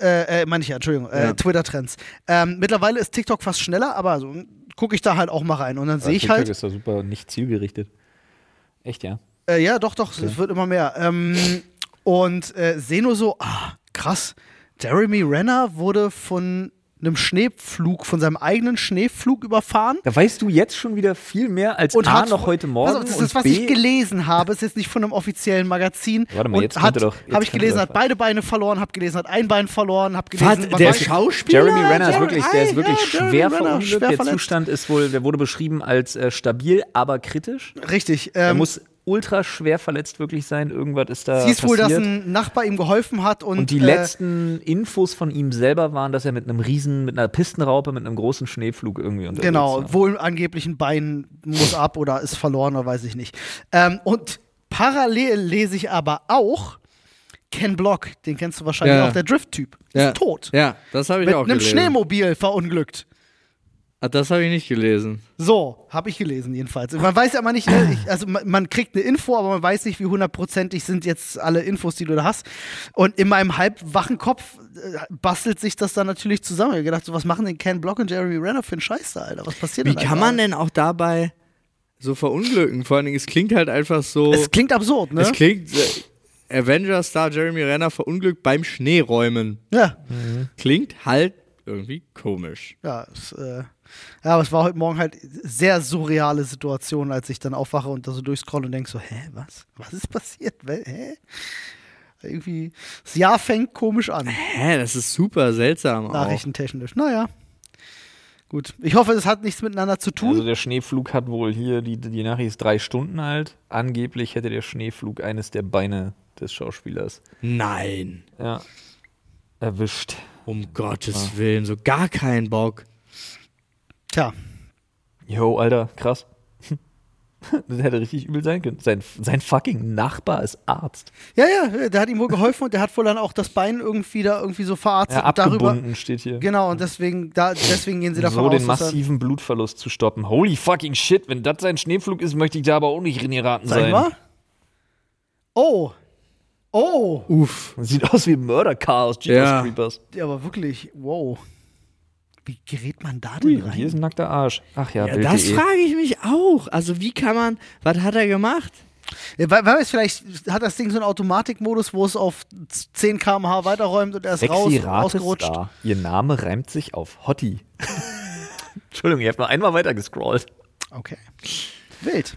äh, äh, meine ich ja, Entschuldigung, äh, Ja. Twitter-Trends. Ähm, mittlerweile ist TikTok fast schneller, aber so gucke ich da halt auch mal rein und dann sehe ich halt, ist da super nicht zielgerichtet. Echt, ja? Äh, ja, doch, doch, es wird immer mehr. Ähm, und äh, sehe nur so, ah, krass, Jeremy Renner wurde von einem Schneepflug, von seinem eigenen Schneepflug überfahren. Da weißt du jetzt schon wieder viel mehr als Und A hat, noch heute Morgen Pass auf, das und ist, was B ich gelesen habe, ist jetzt nicht von einem offiziellen Magazin. Warte mal, und jetzt hat, könnte doch- jetzt Habe ich könnte gelesen, doch hat was. beide Beine verloren, habe gelesen, hat ein Bein verloren, habe Was, gelesen. man der weiß- Schauspieler? Jeremy Renner ist Jeremy- wirklich, der Ah, ist wirklich ja, Jeremy schwer Renner, verunglückt. schwer der verletzt. Zustand ist wohl, der wurde beschrieben als äh, stabil, aber kritisch. Richtig. Er Ähm, muss ultra schwer verletzt wirklich sein. Irgendwas ist da sie ist passiert. wohl, dass ein Nachbar ihm geholfen hat und, und die äh, letzten Infos von ihm selber waren, dass er mit einem riesen, mit einer Pistenraupe, mit einem großen Schneeflug irgendwie unterwegs Genau, war. wohl angeblich ein Bein muss ab oder ist verloren oder weiß ich nicht. Ähm, und parallel lese ich aber auch Ken Block, den kennst du wahrscheinlich Ja. auch, der Drift-Typ. Ja. Ist tot. Ja, das habe ich Mit auch einem gelesen. Schneemobil verunglückt. Ah, das habe ich nicht gelesen. So, habe ich gelesen jedenfalls. Man weiß ja immer nicht, ne, ich, also man, man kriegt eine Info, aber man weiß nicht, wie hundertprozentig sind jetzt alle Infos, die du da hast. Und in meinem halbwachen Kopf äh, bastelt sich das dann natürlich zusammen. Ich habe gedacht, so, was machen denn Ken Block und Jeremy Renner für einen Scheiß da, Alter? Was passiert Wie denn kann da? man denn auch dabei so verunglücken? Vor allen Dingen, es klingt halt einfach so. Es klingt absurd, ne? es klingt äh, Avenger-Star Jeremy Renner verunglückt beim Schneeräumen. ja. Klingt halt irgendwie komisch. Ja, es, äh, ja, aber es war heute Morgen halt sehr surreale Situation, als ich dann aufwache und da so durchscrolle und denke so, hä, was? Was ist passiert? Wel- Hä? Irgendwie, das Jahr fängt komisch an, Hä, das ist super seltsam. Auch. nachrichtentechnisch. Naja, gut. Ich hoffe, es hat nichts miteinander zu tun. Also der Schneeflug hat wohl hier, die, die Nachricht ist drei Stunden alt. Angeblich hätte der Schneeflug eines der Beine des Schauspielers Nein. ja, erwischt. Um Gottes Willen, so gar keinen Bock. Tja, Yo, Alter, krass. *laughs* Das hätte richtig übel sein können. Sein, sein fucking Nachbar ist Arzt. ja, ja, der hat ihm wohl geholfen und der hat wohl dann auch das Bein irgendwie da irgendwie so verarztet. Ja, und darüber, abgebunden steht hier. genau, und deswegen, da, deswegen gehen sie Um davon so aus, den dass er- massiven Blutverlust zu stoppen. Holy fucking shit, wenn das sein Schneeflug ist, möchte ich da aber auch nicht drin geraten Sag sein. mal. Oh. Oh. Uff. Sieht aus wie ein Mörderchaos, Jesus Ja. Creepers. Ja, aber wirklich, wow. Wie gerät man da Ui, denn und hier rein? ist ein nackter Arsch. Ach ja, E. Ja, Bild.de. das frage ich mich auch. Also, wie kann man, was hat er gemacht? Ja, Wer wer weiß, vielleicht hat das Ding so einen Automatikmodus, wo es auf 10 km/h weiterräumt und er ist raus, Sexy rausgerutscht. Ratestar. Ihr Name reimt sich auf Hottie. *laughs* Entschuldigung, ihr habt nur einmal weiter gescrollt. Okay. Wild.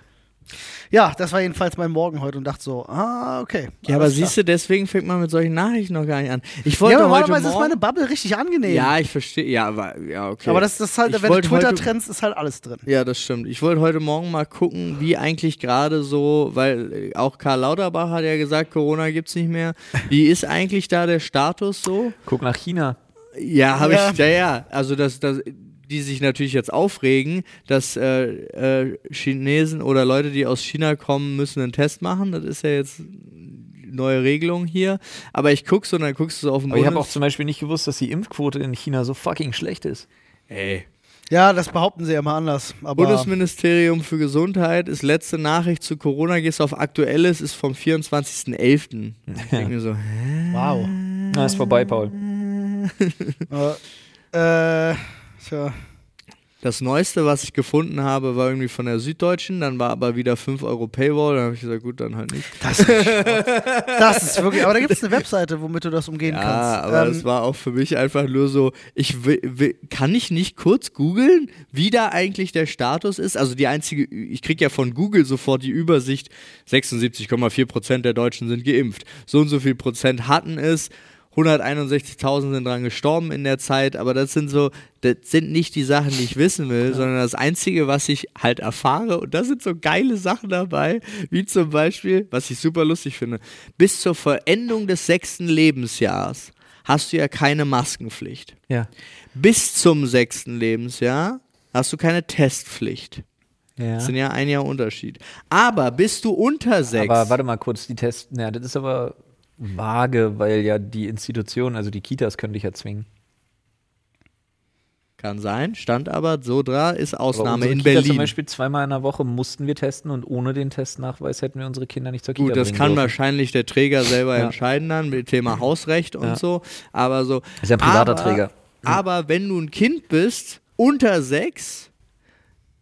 Ja, das war jedenfalls mein Morgen heute und dachte so, ah, okay. Ja, aber siehst du, deswegen fängt man mit solchen Nachrichten noch gar nicht an. Ich ja, wollte aber heute normalerweise ist meine Morgen. Bubble richtig angenehm. Ja, ich verstehe. Ja, aber ja, okay. aber das, das ist halt, Ich wenn du wollte heute- Twitter trennst, ist halt alles drin. Ja, das stimmt. Ich wollte heute Morgen mal gucken, wie eigentlich gerade so, weil äh, auch Karl Lauterbach hat ja gesagt, Corona gibt's nicht mehr. Wie ist eigentlich da der Status so? Guck nach China. Ja, habe Ja. ich. Ja, ja. Also dass, dass die sich natürlich jetzt aufregen, dass äh, äh, Chinesen oder Leute, die aus China kommen, müssen einen Test machen. Das ist ja jetzt neue Regelung hier. Aber ich guck's und dann guckst du so auf den Aber ich habe auch Bundes- zum Beispiel nicht gewusst, dass die Impfquote in China so fucking schlecht ist. Ey, Ja, das behaupten sie ja mal anders. Aber Bundesministerium für Gesundheit ist letzte Nachricht zu Corona, gehst auf Aktuelles, ist vom 24.11. Ich denk mir so, hä? wow. Na, ist vorbei, Paul. *laughs* äh, äh, tja. Das Neueste, was ich gefunden habe, war irgendwie von der Süddeutschen, dann war aber wieder 5 Euro Paywall, dann habe ich gesagt, gut, dann halt nicht. Das ist wirklich, aber da gibt es eine Webseite, womit du das umgehen Ja, kannst. aber Ähm, das war auch für mich einfach nur so, ich will, will, kann ich nicht kurz googeln, wie da eigentlich der Status ist? Also die einzige, Ü- ich kriege ja von Google sofort die Übersicht, 76,4 Prozent der Deutschen sind geimpft. So und so viel Prozent hatten es. 161.000 sind dran gestorben in der Zeit, aber das sind so, das sind nicht die Sachen, die ich wissen will, sondern das Einzige, was ich halt erfahre, und da sind so geile Sachen dabei, wie zum Beispiel, was ich super lustig finde, bis zur Vollendung des sechsten Lebensjahres hast du ja keine Maskenpflicht. Ja. Bis zum sechsten Lebensjahr hast du keine Testpflicht. ja. Das sind ja ein Jahr Unterschied. Aber bist du unter sechs, Aber warte mal kurz, die Tests, na, das ist aber vage, weil ja die Institutionen, also die Kitas, können dich ja zwingen. kann sein, stand aber, so dran, ist Aber Ausnahme unsere in Kita Berlin. Zum Beispiel zweimal in der Woche mussten wir testen und ohne den Testnachweis hätten wir unsere Kinder nicht zur Kita Gut, das bringen kann dürfen. wahrscheinlich der Träger selber Ja. entscheiden dann mit Thema Hausrecht und so. Aber so. Ist ja ein privater Träger. Aber, aber wenn du ein Kind bist unter sechs,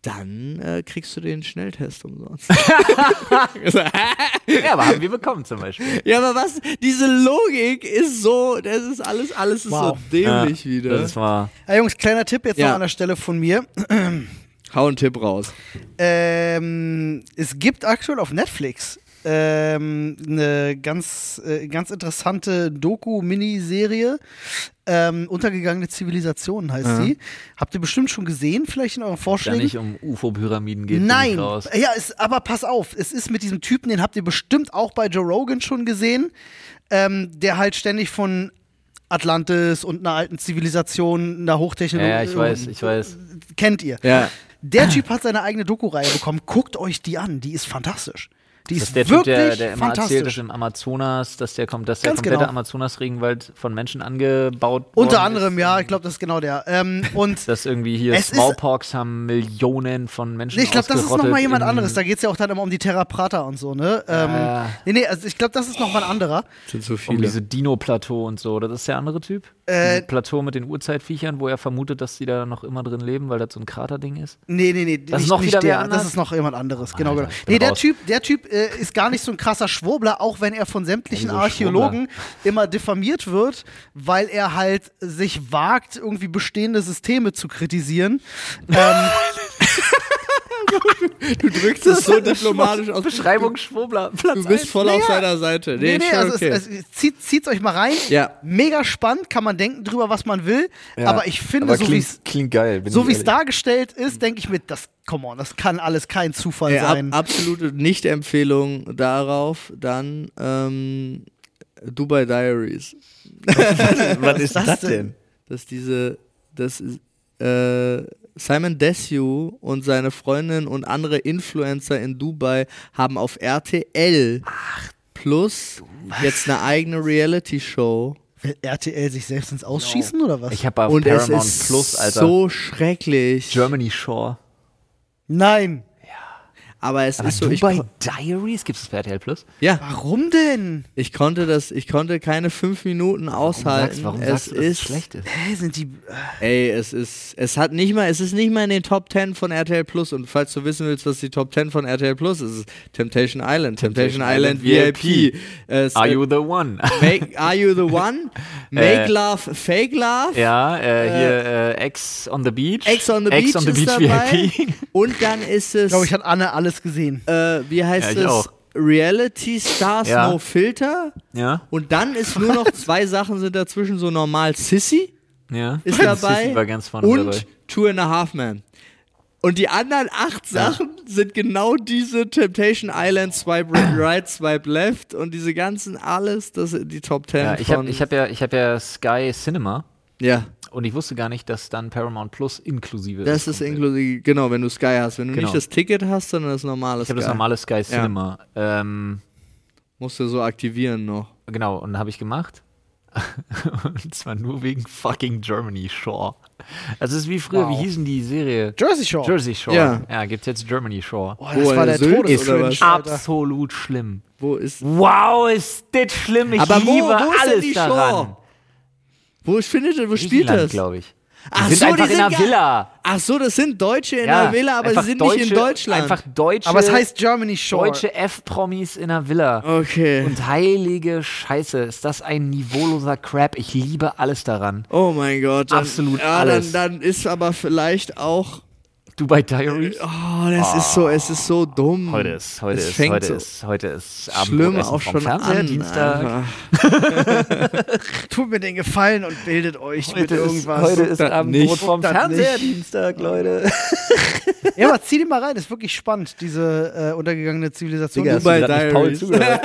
dann äh, kriegst du den Schnelltest umsonst. Ja, aber haben wir bekommen *laughs* zum Beispiel. ja, aber was? Diese Logik ist so, das ist alles, alles ist Wow. so dämlich Ja, wieder. Das ist mal. Ey, Jungs, kleiner Tipp jetzt Ja. noch an der Stelle von mir. Hau einen Tipp raus. Ähm, es gibt aktuell auf Netflix ähm, eine ganz, äh, ganz interessante Doku-Miniserie. Ähm, untergegangene Zivilisation heißt sie. Habt ihr bestimmt schon gesehen, vielleicht in euren Mhm. Da Vorschlägen? nicht um UFO-Pyramiden geht. bin Nein, Äh, Ich raus. ja, es, aber pass auf, es ist mit diesem Typen, den habt ihr bestimmt auch bei Joe Rogan schon gesehen, ähm, der halt ständig von Atlantis und einer alten Zivilisation, einer Ja, Hochtechnologie. ja, ich weiß, ich weiß. Kennt ihr? Ja. Der Typ hat seine eigene Doku-Reihe bekommen. Guckt euch die an, die ist fantastisch. Die Das ist ist der Typ, wirklich der, der immer erzählt, dass fantastisch. im Amazonas, dass der kommt, dass der Ganz komplette genau. Amazonas-Regenwald von Menschen angebaut Unter worden anderem, ist. ja, ich glaube, das ist genau der. *laughs* Ähm, und Dass irgendwie hier Es ist- Smallpox haben Millionen von Menschen Nee, ich glaube, das ist nochmal jemand in- anderes. Da geht es ja auch dann immer um die Terra Prata und so, ne? Ähm, Ja. Nee, nee, also ich glaube, das ist nochmal ein anderer. Sind so Um viele. diese Dino-Plateau und so, oder? Das ist der andere Typ? Äh, Dieses Plateau mit den Urzeitviechern, wo er vermutet, dass die da noch immer drin leben, weil das so ein Kraterding ist. Nee, nee, nee, ist nicht, noch nicht wieder wer der. anders? Das ist noch jemand anderes, genau, Alter, genau. ich bin Nee, der raus. Typ, der Typ äh, ist gar nicht so ein krasser Schwurbler, auch wenn er von sämtlichen Wieso Archäologen immer diffamiert wird, weil er halt sich wagt, irgendwie bestehende Systeme zu *laughs* kritisieren. ähm, Du drückst *laughs* es so diplomatisch aus. Beschreibung Schwurbler. Du bist voll auf Ja. seiner Seite. nee, Nee, nee, schon also okay. es, es, zieht, zieht's euch mal rein. Ja. Mega spannend, kann man denken drüber, was man will. Aber ich finde, so wie es klingt geil. bin so ich wie es ehrlich. dargestellt ist, denke ich mit, das, come on, das kann alles kein Zufall Ey, Äh, ab, sein. absolute Nicht-Empfehlung darauf, dann ähm, Dubai Diaries. Was ist das das denn? denn? Dass diese, das ist, äh, Simon Desue und seine Freundin und andere Influencer in Dubai haben auf RTL plus jetzt eine eigene Reality-Show. Will RTL sich selbst ins Ausschießen oder was? Genau. Ich habe auf Und es Paramount ist Plus, Alter. so schrecklich. Germany Shore. Nein. Aber es Aber ist so, ich, Dubai kon- Diaries gibt es bei RTL Plus? ja, Warum denn? ich konnte das, ich konnte keine fünf Minuten aushalten. Sagst, warum es sagst du, dass ist es schlecht ist? Hä, sind die. Ey, es ist, es hat nicht mal, es ist nicht mal in den Top 10 von RTL Plus. Und falls du wissen willst, was die Top 10 von RTL Plus ist, ist Temptation Island, Temptation, Island, Island VIP. Es- Are äh, you the one? *laughs* *laughs* make, are you the one? Make Äh, love, fake love. ja, äh, hier äh, Ex on the Beach. Ex on the Beach on the ist Beach dabei. VIP. Und dann ist es, Ich glaube, ich hat Anne alles gesehen. äh, wie heißt Ja, ich es? auch. Reality Stars Ja. No Filter. *laughs* Ja, Und dann ist *laughs* nur noch zwei Sachen sind dazwischen so normal Sissy. ja. ist *laughs* Das dabei Sissi war ganz vorne und dabei. Two and a Half Man. Und die anderen acht Sachen sind genau diese Temptation Island, *clears throat* Swipe Right, Swipe Left und diese ganzen alles, das sind die Top Ten Ja, ich von... habe ich hab ja, ich hab ja Sky Cinema ja, und ich wusste gar nicht, dass dann Paramount Plus inklusive das ist inklusive, genau, wenn du Sky hast. Wenn du Genau. nicht das Ticket hast, sondern das normale Ich habe Sky. das normale Sky Cinema. Ähm, Musst du so aktivieren noch. genau, und habe ich gemacht. *laughs* und zwar nur wegen fucking Germany Shore. Das ist wie früher, Wow. wie hießen die Serie? Jersey Shore. Oh, Jersey Shore. Ja. ja gibt's jetzt Germany Shore. Boah, Wo, äh, Sylt Todescringe, oder was? Alter. Absolut schlimm. Wo ist... Wow, ist das schlimm. Ich Aber wo, liebe wo ist denn alles die daran. Show? Wo findet wo spielt das? glaube ich. Die Ach sind so, einfach die in sind einer gar- Villa. Ach so, das sind Deutsche in Ja, der Villa, aber sie einfach sind nicht Deutsche- in Deutschland. Einfach deutsche, Aber es heißt Germany Shore. deutsche F-Promis in einer Villa. Oh. okay. Und heilige Scheiße, ist das ein niveauloser Crap. Ich liebe alles daran. Oh mein Gott. Dann, Absolut ja, alles. Dann, dann ist aber vielleicht auch. Dubai Diaries. Oh, das ist so, es ist so dumm. Heute ist, heute es ist, fängt heute so ist, heute ist Schlimm Abendbrotessen auch vom schon Fernseher, an. Dienstag. einfach. Tut mir den Gefallen und bildet euch mit Heute ist, irgendwas. heute ist Abendbrot nicht. vom Guckt das Fernseher, nicht. Dienstag, Leute. Ja, aber zieh den mal rein, ist wirklich spannend, diese äh, untergegangene Zivilisation. Digga, Das- Dubai grad nicht Diaries. zugehört.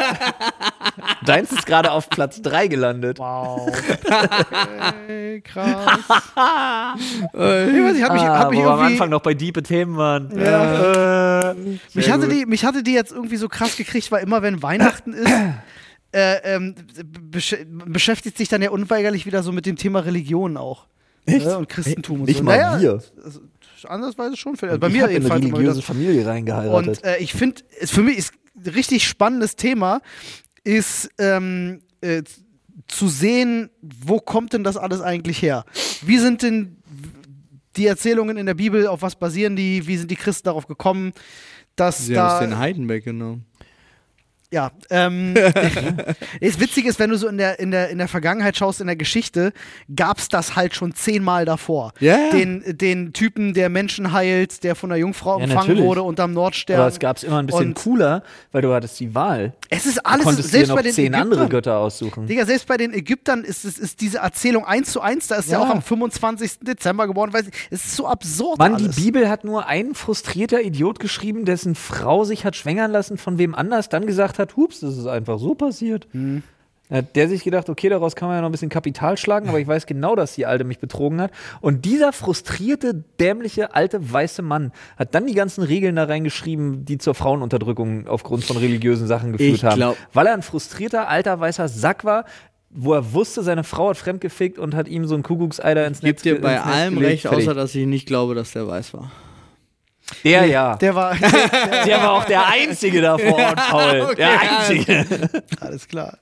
*laughs* Deins ist gerade auf Platz 3 gelandet. wow. Okay, krass. Äh, Ich weiß nicht, hab mich, hab mich Ah, wo wir am irgendwie. Anfang noch bei diepe Themen waren. Äh, Mich Sehr hatte, gut. die, mich hatte die jetzt irgendwie so krass gekriegt, weil immer wenn Weihnachten ist, äh, ähm, besch beschäftigt sich dann ja unweigerlich wieder so mit dem Thema Religion auch. Ne? Und Christentum und so. Naja, also, Andersweise schon. vielleicht. Also bei mir jedenfalls immer wieder. Familie reingeheiratet. Und äh, ich finde, für mich ist ein richtig spannendes Thema, ist ähm, äh, z- zu sehen, wo kommt denn das alles eigentlich her? Wie sind denn die Erzählungen in der Bibel, auf was basieren die? Wie sind die Christen darauf gekommen? Dass Sie haben es den da, Heiden weggenommen. ja, *laughs* ähm, das Witzige ist, wenn du so in der, in, der, in der Vergangenheit schaust, in der Geschichte, gab es das halt schon zehnmal davor. Ja, ja. Den, den Typen, der Menschen heilt, der von der Jungfrau Ja, empfangen natürlich. wurde unterm Nordstern. Aber es gab es immer ein bisschen Und- cooler, weil du hattest die Wahl. Es ist du alles, konntest selbst dir noch bei den zehn andere Ägyptern. Götter aussuchen. Digga, selbst bei den Ägyptern ist, es ist diese Erzählung eins zu eins, da ist ja. Ja. auch am 25. Dezember geboren, weil es ist so absurd Mann, alles. die Bibel hat nur ein frustrierter Idiot geschrieben, dessen Frau sich hat schwängern lassen von wem anders, dann gesagt hat, hups, das ist einfach so passiert. Mhm. Dann Hat der sich gedacht, okay, daraus kann man ja noch ein bisschen Kapital schlagen, aber ich weiß genau, dass die Alte mich betrogen hat. Und dieser frustrierte, dämliche, alte, weiße Mann hat dann die ganzen Regeln da reingeschrieben, die zur Frauenunterdrückung aufgrund von religiösen Sachen geführt Ich haben. glaub- Weil er ein frustrierter, alter, weißer Sack war, wo er wusste, seine Frau hat fremdgefickt und hat ihm so einen Kuckuckseider ins Gibt Netz ge- dir bei ins Netz allem gelegt. recht, Fertig. außer dass ich nicht glaube, dass der weiß war. Der ja. Der war. *laughs* Der war auch der Einzige da vor Ort, Paul. der Einzige. alles klar.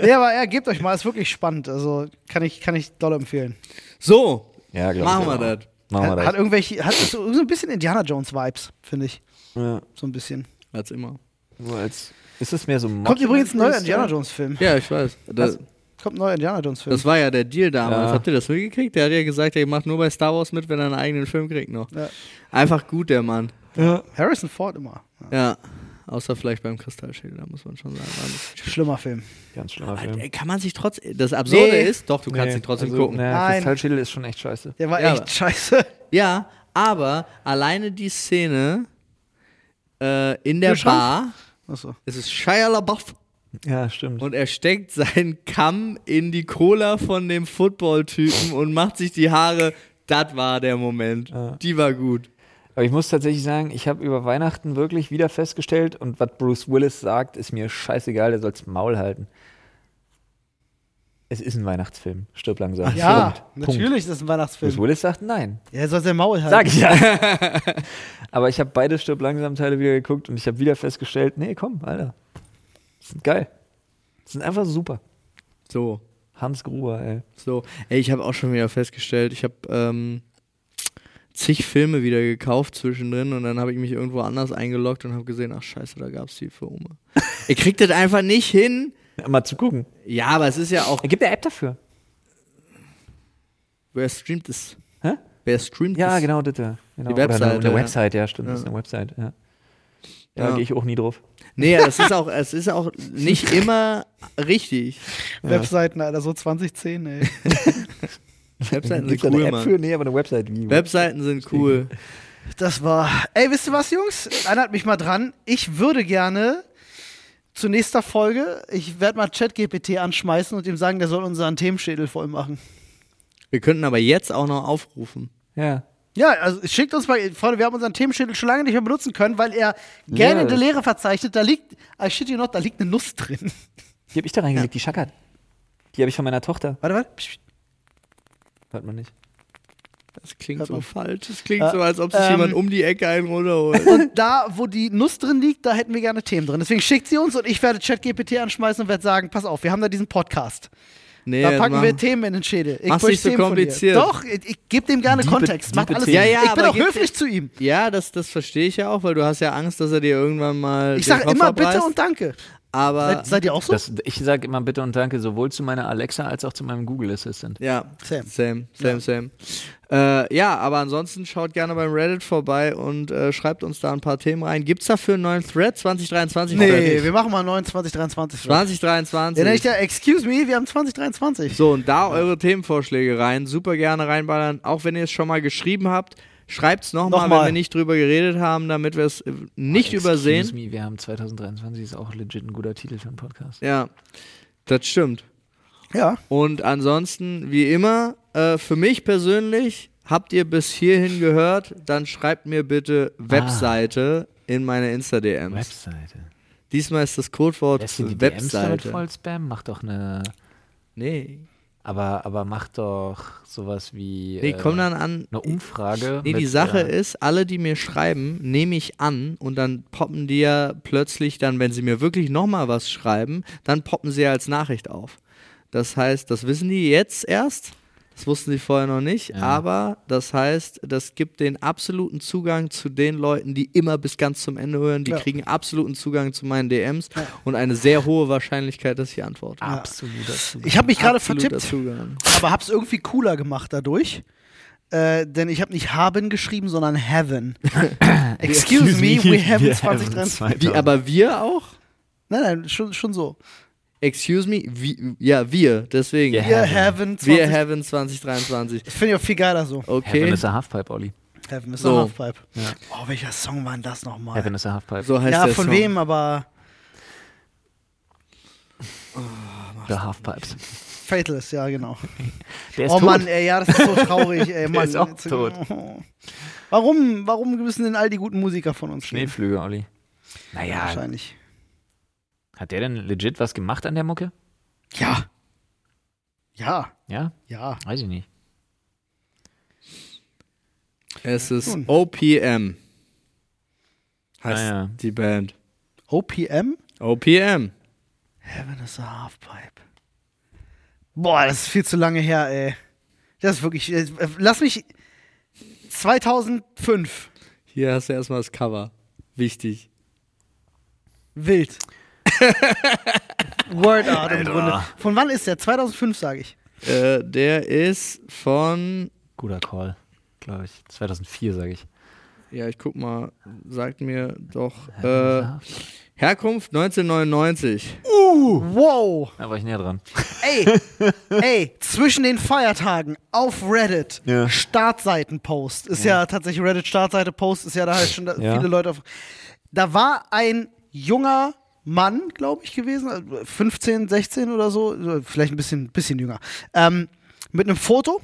Nee, aber ja, gebt euch mal, ist wirklich spannend. Also kann ich, kann ich doll empfehlen. So, Ja, glaub machen ich wir auch. das. Machen hat, hat irgendwelche, hat so, so ein bisschen Indiana Jones-Vibes, finde ich. Ja. So ein bisschen. Als immer. Nur als, ist es mehr so äh, Kommt übrigens ein neuer Indiana Jones-Film. Ja, ich weiß. Das, Kommt ein neuer Indiana Jones-Film. das war ja der Deal damals. Ja. Habt ihr das mitgekriegt? Der hat ja gesagt, er macht nur bei Star Wars mit, wenn er einen eigenen Film kriegt noch. Ja. Einfach gut, der Mann. Harrison Ford immer. Ja. Außer vielleicht beim Kristallschild, da muss man schon sagen. war ein bisschen Schlimmer Film. Ganz schlimmer Aber, Film. äh, Kann man sich trotz Das Absurde Nee. ist, doch, du kannst ihn Also, trotzdem gucken. Nein. Kristallschädel ist schon echt scheiße. Der war Ja, echt aber- scheiße. Ja, aber alleine die Szene äh, in der Kühlschrank? Bar, Achso. es ist Shia LaBeouf Ja, stimmt. und er steckt seinen Kamm in die Cola von dem Football-Typen und macht sich die Haare. Das war der Moment. Die war gut. Aber ich muss tatsächlich sagen, ich habe über Weihnachten wirklich wieder festgestellt und was Bruce Willis sagt, ist mir scheißegal, der soll's Maul halten. es ist ein Weihnachtsfilm. Stirb langsam. Ja, Punkt. Punkt. natürlich ist das ein Bruce Weihnachtsfilm. Willis sagt nein. Ja, soll sein Maul halten. Sag ich ja. *laughs* Aber ich habe beide Stirb langsam Teile wieder geguckt und ich habe wieder festgestellt, nee, komm, Alter. Die Sind geil. Die Sind einfach super. So, Hans Gruber, ey. so. Ey, ich habe auch schon wieder festgestellt, ich habe ähm, zig Filme wieder gekauft zwischendrin und dann habe ich mich irgendwo anders eingeloggt und habe gesehen, ach scheiße, da gab's die Filme. Ihr kriegt das einfach nicht hin. Mal zu gucken. Ja, aber es ist ja auch, Er gibt eine App dafür. wer streamt es? Hä? Wer streamt Ja, es? genau, das. ja. Genau. Oder Die eine, Webseite, eine ja. Website, ja, stimmt. Das ist Ja. eine Website, ja. Da Ja. gehe ich auch nie drauf. Nee, das ist auch, es ist auch nicht immer richtig. Webseiten, Alter, so 2010, ey. Webseiten Gibt's sind da eine cool, App für? Mann. Nee, aber eine Website wie. Webseiten sind cool. *laughs* Das war. Ey, wisst ihr was, Jungs? Erinnert mich mal dran. Ich würde gerne zur nächsten Folge, ich werde mal ChatGPT anschmeißen und ihm sagen, der soll unseren Themenschädel voll machen. Wir könnten aber jetzt auch noch aufrufen. Ja. Ja, also schickt uns mal, Freunde, wir haben unseren Themenschädel schon lange nicht mehr benutzen können, weil er gerne in der ist. Lehre verzeichnet. Da liegt, I shit you not, da liegt eine Nuss drin. Die habe ich da reingelegt, die schackert. Die habe ich von meiner Tochter. *laughs* Warte, warte. Psst, psst. Hört man nicht. Das klingt Hört so man. falsch. Das klingt Äh, so, als ob sich ähm, jemand um die Ecke einen runterholt. *laughs* Und da, wo die Nuss drin liegt, da hätten wir gerne Themen drin. Deswegen schickt sie uns und ich werde ChatGPT anschmeißen und werde sagen, pass auf, wir haben da diesen Podcast. Nee, Da packen mach- wir Themen in den Schädel. Ich Mach's brüll nicht so Themen von dir. kompliziert. Doch, ich, ich gebe dem gerne Kontext. Macht diebe alles. Themen. Ja, ja, ich bin aber auch gibt's- höflich zu ihm. Ja, das, das verstehe ich ja auch, weil du hast ja Angst, dass er dir irgendwann mal. Ich den Ah. sage Kopf immer abreißt, bitte und danke. Aber. Seid, seid ihr auch so? Das, ich sage immer bitte und danke sowohl zu meiner Alexa als auch zu meinem Google Assistant. ja, Sam. Sam, Sam, Sam. Äh, ja, aber ansonsten schaut gerne beim Reddit vorbei und äh, schreibt uns da ein paar Themen rein. Gibt's dafür einen neuen Thread 2023? oder nee, nicht? wir machen mal 29, 23. 2023. Dann nenne ich ja, excuse me, wir haben 2023. So, und da eure Themenvorschläge rein, super gerne reinballern. Auch wenn ihr es schon mal geschrieben habt, schreibt es nochmal, Nochmal. wenn wir nicht drüber geredet haben, damit wir es äh, nicht Excuse übersehen. Me, wir haben 2023 ist auch legit ein guter Titel für einen Podcast. Ja, das stimmt. Ja. Und ansonsten, wie immer, äh, für mich persönlich, habt ihr bis hierhin gehört, dann schreibt mir bitte Ah. Webseite in meine Insta-DMs. Webseite. Diesmal ist das Codewort Lässt du die DMs damit Webseite. voll Spam? Mach doch eine. Nee, Aber, aber mach doch sowas wie. nee äh, komm dann an. Eine Umfrage. Nee, die mit, Sache äh, ist, alle, die mir schreiben, nehme ich an und dann poppen die ja plötzlich dann, wenn sie mir wirklich nochmal was schreiben, dann poppen sie ja als Nachricht auf. Das heißt, das wissen die jetzt erst. Das wussten sie vorher noch nicht, aber das heißt, das gibt den absoluten Zugang zu den Leuten, die immer bis ganz zum Ende hören. Die Ja. kriegen absoluten Zugang zu meinen DMs und eine sehr hohe Wahrscheinlichkeit, dass ich antworte. Absoluter Zugang. Ich habe mich gerade Absoluter vertippt. Zugang. aber hab's irgendwie cooler gemacht dadurch. Äh, denn ich habe nicht haben geschrieben, sondern *coughs* heaven. Excuse me, we haven't 2023. Wie, aber wir auch? Nein, nein, schon, schon so. Excuse me? Wie, ja, wir, deswegen. Yeah. Wir Heaven. heaven 20. Wir Heaven 2023. das finde ich auch viel geiler so. Heaven Okay. is a Halfpipe, Olli. Oh Heaven ist So. so. Halfpipe. Oh, welcher Song war denn das nochmal? Heaven is a Halfpipe. So heißt Ja, der von Song. wem, aber Oh, The Halfpipes. Fatalist, ja, genau. Der ist oh tot. Mann, ey, ja, das ist so *laughs* traurig, ey, Mann. ist auch Jetzt- tot. *laughs* Warum, warum müssen denn all die guten Musiker von uns leben? Schneeflüge, Olli. Naja, Wahrscheinlich. hat der denn legit was gemacht an der Mucke? Ja. Ja, Ja? ja. Weiß ich nicht. Es ist Nun. OPM. Heißt Ah, ja. die Band. OPM? OPM. Heaven is a Halfpipe. Boah, das ist viel zu lange her, ey. Das ist wirklich. äh, Lass mich. 2005. Hier hast du erstmal das Cover. Wichtig. Wild. *laughs* Word Art im Grunde. Von wann ist der? 2005, sage ich. Äh, der ist von. Guter Call, glaube ich. 2004, sage ich. Ja, ich guck mal. Sagt mir doch. Äh, Äh, Herkunft 1999. Wow. da war ich näher dran. *laughs* Ey, ey, zwischen den Feiertagen auf Reddit, Ja. Startseiten-Post, ist ja, tatsächlich Reddit-Startseite-Post, ist ja da halt schon da, *laughs* Ja. viele Leute auf. Da war ein junger Mann, glaube ich, gewesen, also 15, 16 oder so, so, vielleicht ein bisschen, bisschen jünger, ähm, mit einem Foto,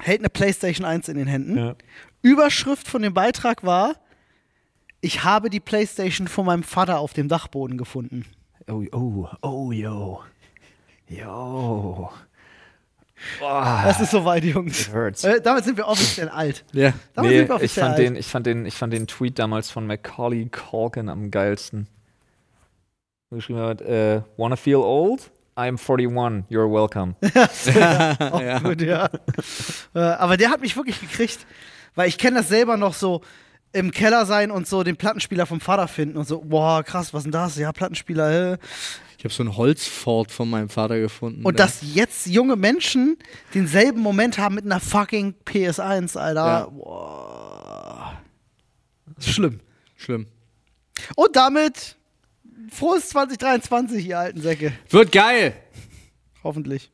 hält eine PlayStation 1 in den Händen. Ja. Überschrift von dem Beitrag war, ich habe die PlayStation von meinem Vater auf dem Dachboden gefunden. Oh, oh, oh, yo. Yo. Es ist soweit, Jungs. It hurts. Äh, damit sind wir *laughs* offiziell alt. Ja. Damit nee, sind wir ich offiziell fand, alt. den, ich, fand den, ich fand den Tweet damals von Macaulay Culkin am geilsten. Wo Geschrieben hat, äh, wanna feel old? I'm 41, you're welcome. Auch gut, ja. Äh, Aber der hat mich wirklich gekriegt, weil ich kenne das selber noch so im Keller sein und so den Plattenspieler vom Vater finden und so, boah, krass, was denn das? Ja, Plattenspieler. Äh. Ich habe so ein Holzfort von meinem Vater gefunden. Und dass jetzt junge Menschen denselben Moment haben mit einer fucking PS1, Alter. Ja. Boah. Schlimm. Schlimm. Und damit frohes 2023, ihr alten Säcke. Wird geil! Hoffentlich.